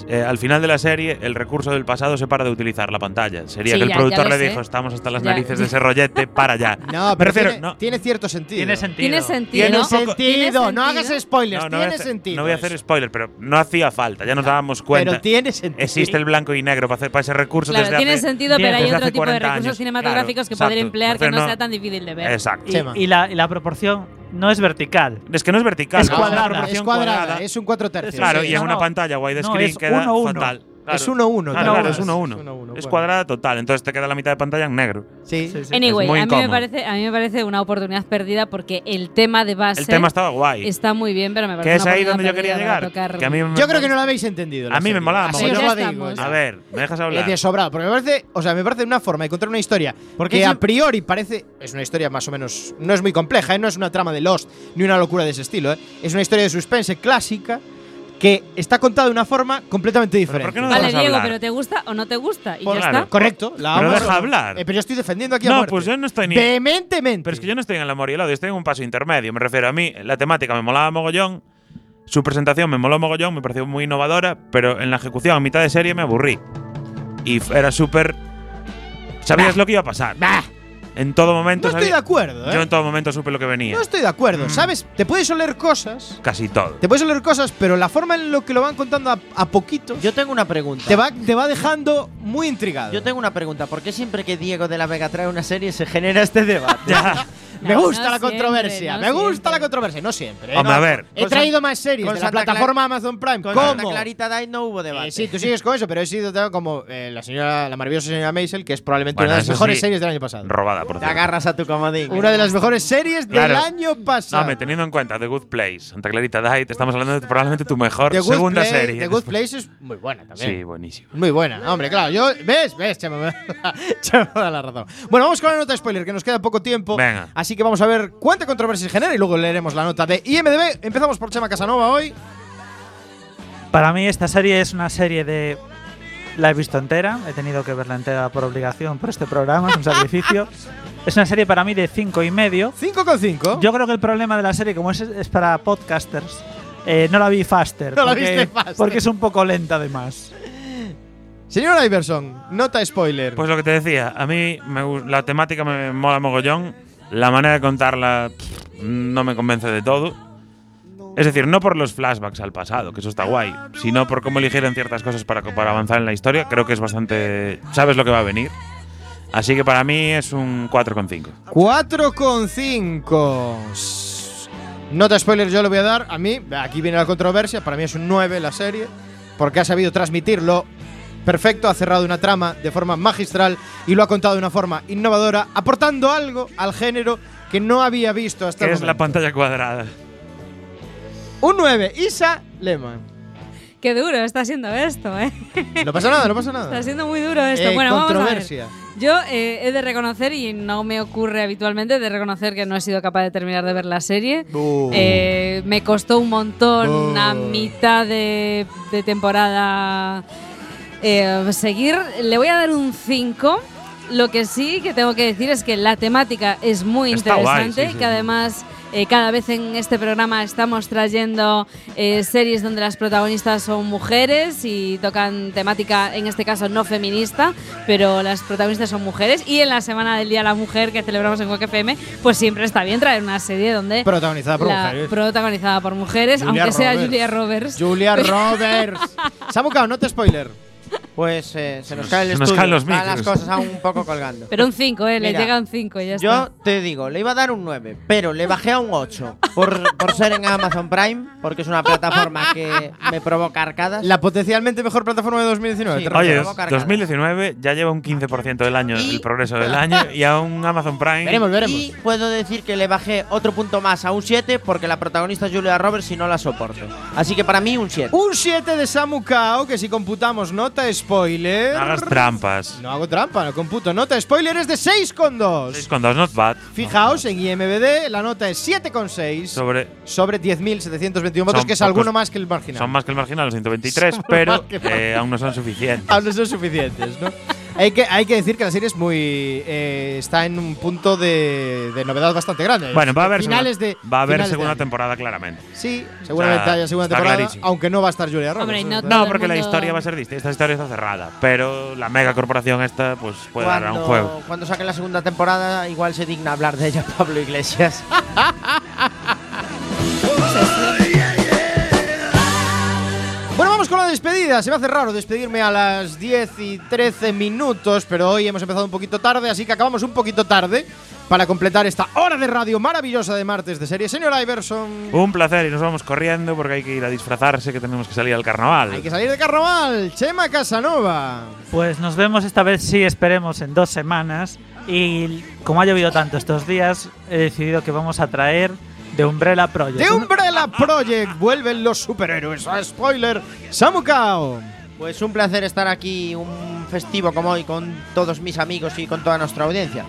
S3: eh, al final de la serie el recurso del pasado se para de utilizar la pantalla. Sería
S2: Sí,
S3: que el
S2: ya- ya
S3: productor
S2: lo
S3: le
S2: sé.
S3: dijo, estamos hasta las
S2: Ya.
S3: narices de ese rollete, para ya.
S2: No,
S3: Me
S2: pero
S3: refiero,
S2: tiene, tiene cierto sentido.
S5: Tiene sentido.
S3: Tiene
S5: sentido.
S2: Tiene
S5: Tiene
S2: sentido.
S5: sentido.
S2: No hagas spoilers.
S3: No, no voy a
S2: tiene
S3: hacer-
S2: sentido.
S3: No voy a hacer spoiler, pero no hacía falta, ya nos dábamos cuenta.
S2: Pero tiene sentido.
S3: Existe el blanco y negro para, hacer, para ese recurso
S7: Claro,
S3: desde
S7: tiene
S3: hace-
S7: sentido, pero hay
S3: desde
S7: otro
S3: hace
S7: tipo de
S3: 40
S7: recursos
S3: años.
S7: cinematográficos que
S3: Claro,
S7: poder
S3: exacto.
S7: emplear que
S3: Entonces
S7: no sea tan difícil de ver.
S3: Exacto.
S5: Y, y la, y la proporción no es vertical.
S3: Es que no es vertical.
S5: Es
S3: no,
S5: cuadrada.
S3: una proporción
S5: Es cuadrada,
S2: es un 4 tercios.
S3: Claro,
S2: Sí,
S3: y en
S2: no,
S3: una
S2: no.
S3: pantalla widescreen
S2: No, es
S3: queda
S2: 1-1.
S3: fatal. Claro.
S2: Es 1-1,
S3: Ah, no,
S2: claro.
S3: es 1-1. Es, cuadrada total, entonces te queda la mitad de pantalla en negro.
S2: Sí,
S7: Anyway, a mí, me parece, a mí me parece una oportunidad perdida porque el tema de base
S3: El tema estaba guay.
S7: está muy bien, pero me parece
S3: Que es
S7: una
S3: ahí donde yo
S7: oportunidad
S3: quería
S7: perdida
S3: llegar.
S7: para tocar-
S3: Que a mí me-
S2: Yo creo que no lo habéis entendido. la
S3: A mí me
S2: sería.
S3: molaba
S2: Así
S3: mogollón.
S2: os lo digo, ya.
S3: A ver, ¿me dejas hablar?
S2: Es de sobrado, porque me parece, o sea, me parece una forma de contar una historia
S10: Porque
S2: que
S10: es
S2: a
S10: el-
S2: priori parece, es una historia más o menos, no es muy compleja, ¿eh? no es una trama de Lost ni una locura de ese estilo, ¿eh? es una historia de suspense clásica que está contada de una forma completamente diferente.
S3: por qué no Pues
S7: Vale, Diego, pero ¿te gusta o no te gusta? Y ya
S2: Claro.
S7: está.
S2: Correcto, la
S3: Pero
S2: vamos-
S3: deja hablar.
S2: Eh, pero yo estoy defendiendo aquí a
S3: No,
S2: muerte.
S3: pues yo no estoy ni.
S2: Vehementemente.
S3: Pero es que yo no estoy en el amor y el odio, estoy en un paso intermedio. Me refiero a mí, la temática me molaba mogollón, su presentación me moló mogollón, me pareció muy innovadora, pero en la ejecución a mitad de serie me aburrí. Y f- era súper. Sabías lo que iba a pasar. En todo momento.
S2: No estoy
S3: sabía-
S2: de acuerdo, ¿eh?
S3: Yo en todo momento supe lo que venía.
S2: No estoy de
S3: Mm.
S2: acuerdo, ¿sabes? Te puedes oler cosas,
S3: Casi todo.
S2: te puedes oler cosas, pero la forma en lo que lo van contando a, a poquitos
S10: Yo tengo una pregunta.
S2: te va, te va dejando muy intrigado.
S10: Yo tengo una pregunta. ¿Por qué siempre que Diego de la Vega trae una serie se genera este debate?
S2: Me
S10: No,
S2: gusta
S10: no
S2: la
S10: siempre,
S2: controversia,
S10: no
S2: me gusta la controversia, no siempre. ¿eh?
S10: Hombre,
S2: No,
S10: a ver.
S2: He
S10: Con
S2: traído
S10: Santa-
S2: más series
S10: con
S2: de la
S10: Santa
S2: plataforma
S10: Clara-
S2: Amazon Prime.
S10: Con Santa
S2: ¿Cómo?
S10: Clarita Dai no hubo debate.
S2: Eh, sí, tú sigues con eso, pero he sido tan como eh, la señora, la maravillosa señora Maisel, que es probablemente
S3: Bueno,
S2: una de las
S3: eso
S2: mejores
S3: sí,
S2: series del año pasado.
S3: Robada, por
S10: Te
S3: cierto.
S10: agarras a tu comodín.
S2: Una de las mejores series
S3: Claro.
S2: del año pasado.
S3: No, me teniendo en cuenta The Good Place, Santa Clarita Diet, estamos hablando de probablemente tu mejor
S2: The Good
S3: segunda
S2: Place-
S3: serie.
S2: The Good Place es muy buena también.
S3: Sí, buenísimo.
S2: Muy buena, hombre, claro. Yo, ¿Ves? ¿Ves? Chema me, Chema me da la razón. Bueno, vamos con la nota de spoiler, que nos queda poco tiempo.
S3: Venga.
S2: Así que vamos a ver cuánta controversia genera y luego leeremos la nota de IMDB. Empezamos por Chema Casanova hoy.
S5: Para mí esta serie es una serie de... La he visto entera, he tenido que verla entera por obligación por este programa, es un sacrificio. Es una serie para mí de 5 y medio.
S2: ¿5 con 5?
S5: Yo creo que el problema de la serie, como es, es para podcasters, Eh, no la vi faster.
S2: No la
S5: porque-
S2: viste faster.
S5: Porque es un poco lenta además.
S2: Señor Iverson, nota spoiler.
S3: Pues lo que te decía, a mí me gu- la temática me mola mogollón, la manera de contarla pff, no me convence de todo. Es decir, no por los flashbacks al pasado, que eso está guay, sino por cómo eligieron ciertas cosas para, co- para avanzar en la historia. Creo que es bastante. Sabes lo que va a venir. Así que para mí es un 4,5.
S2: 4,5. Nota spoiler yo le voy a dar. A mí, aquí viene la controversia, para mí es un 9 la serie, porque ha sabido transmitirlo perfecto, ha cerrado una trama de forma magistral y lo ha contado de una forma innovadora, aportando algo al género que no había visto hasta
S3: Que
S2: el
S3: es la
S2: Este momento.
S3: pantalla cuadrada.
S2: Un 9, Isa Lehman.
S4: Qué duro está siendo esto, ¿eh?
S2: No pasa nada, no pasa nada.
S4: Está siendo muy duro esto.
S2: Eh,
S4: bueno, vamos a ver.
S2: controversia.
S4: Yo eh, he de reconocer, y no me ocurre habitualmente, de reconocer que no he sido capaz de terminar de ver la serie.
S2: Uh.
S4: Eh, me costó un montón a mitad de, de temporada eh, seguir. Le voy a dar un 5. Lo que sí que tengo que decir es que la temática es muy
S9: Está guay,
S4: interesante,
S9: sí, sí.
S4: que además eh, cada vez en este programa estamos trayendo eh, series donde las protagonistas son mujeres y tocan temática, en este caso no feminista, pero las protagonistas son mujeres. Y en la semana del Día de la Mujer que celebramos en Quack FM, pues siempre está bien traer una serie donde
S2: Protagonizada por
S4: la-
S2: mujeres.
S4: protagonizada por mujeres,
S2: Julia
S4: aunque sea
S2: Roberts.
S4: Julia Roberts.
S2: Julia Roberts. Samuka, nota spoiler.
S10: Pues eh, se nos cae el
S2: se nos
S10: estudio.
S2: caen los
S10: Están las
S2: micros.
S10: cosas aún un poco colgando.
S4: Pero un 5, eh, le
S10: Mira,
S4: llega un 5 ya
S10: Yo
S4: está.
S10: te digo, le iba a dar un 9, pero le bajé a un 8 por, por ser en Amazon Prime, porque es una plataforma que me provoca arcadas.
S2: La potencialmente mejor plataforma de 2019. te lo
S3: Oye,
S2: recuerdo.
S3: 2019 ya lleva un 15% del año, el progreso del año, y a un Amazon Prime.
S10: Y puedo decir que le bajé otro punto más a un 7 porque la protagonista es Julia Roberts y no la soporto. Así que para mí un 7.
S2: Un 7 de Samu Kao, que si computamos nota spoiler.
S3: No hagas trampas.
S2: No hago trampa, no computo. Nota spoiler es de 6,2.
S3: Con dos not bad.
S2: Fijaos, en IMBD la nota es 7,6
S3: Sobre,
S2: sobre 10.721 votos,
S3: Son
S2: que es
S3: pocos-
S2: alguno más que el marginal.
S3: son más que el marginal, los 123,
S2: Son más
S3: pero
S2: que el
S3: eh,
S2: marginal.
S3: aún no son suficientes.
S2: Aún Ah, no son suficientes, ¿no? hay, que, hay que decir que la serie es muy. eh, está en un punto de, de novedad bastante grande.
S3: Bueno, va a haber,
S2: finales
S3: segunda,
S2: de.
S3: va a haber
S2: finales de
S3: segunda
S2: año.
S3: temporada claramente.
S2: Sí, seguramente
S3: sea,
S2: haya segunda
S3: está
S2: temporada,
S3: clarísimo.
S2: aunque no va a estar Julia Roberts.
S4: Hombre, y no
S2: Eso está-
S3: No,
S4: Todo el
S3: porque la
S4: mundo-
S3: historia va a ser distinta. Esta historia está cerrada, pero la mega corporación esta pues puede dar a un
S10: Cuando-
S3: juego.
S10: Cuando saque la segunda temporada, igual se digna hablar de ella Pablo Iglesias.
S2: Bueno, vamos con la despedida. Se me hace raro despedirme a las 10 y 13 minutos, pero hoy hemos empezado un poquito tarde, así que acabamos un poquito tarde para completar esta hora de radio maravillosa de martes de serie. Señor Iverson,
S3: Un placer y nos vamos corriendo porque hay que ir a disfrazarse que tenemos que salir al carnaval.
S2: hay que salir de carnaval. Chema Casanova.
S5: Pues nos vemos esta vez, sí, esperemos, en dos semanas. Y como ha llovido tanto estos días, he decidido que vamos a traer de Umbrella Project.
S2: De Umbrella Project vuelven los superhéroes. A spoiler, Samukao.
S10: Pues un placer estar aquí un festivo como hoy con todos mis amigos y con toda nuestra audiencia.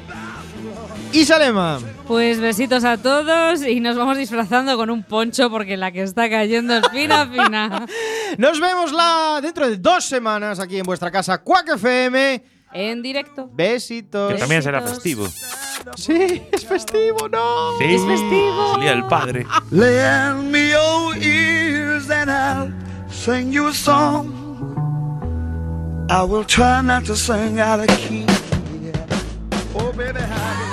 S2: Y Salema.
S4: Pues besitos a todos y nos vamos disfrazando con un poncho porque la que está cayendo es fina, fina.
S2: Nos vemos la dentro de dos semanas aquí en vuestra casa, Quack FM.
S4: En directo.
S2: Besitos.
S3: Que también será festivo.
S2: Sí, es festivo, no.
S3: Sí, el día del padre.
S14: Lend me your ears and I'll sing you a song. I will try not to sing out of key. Yeah. Oh, baby, how do you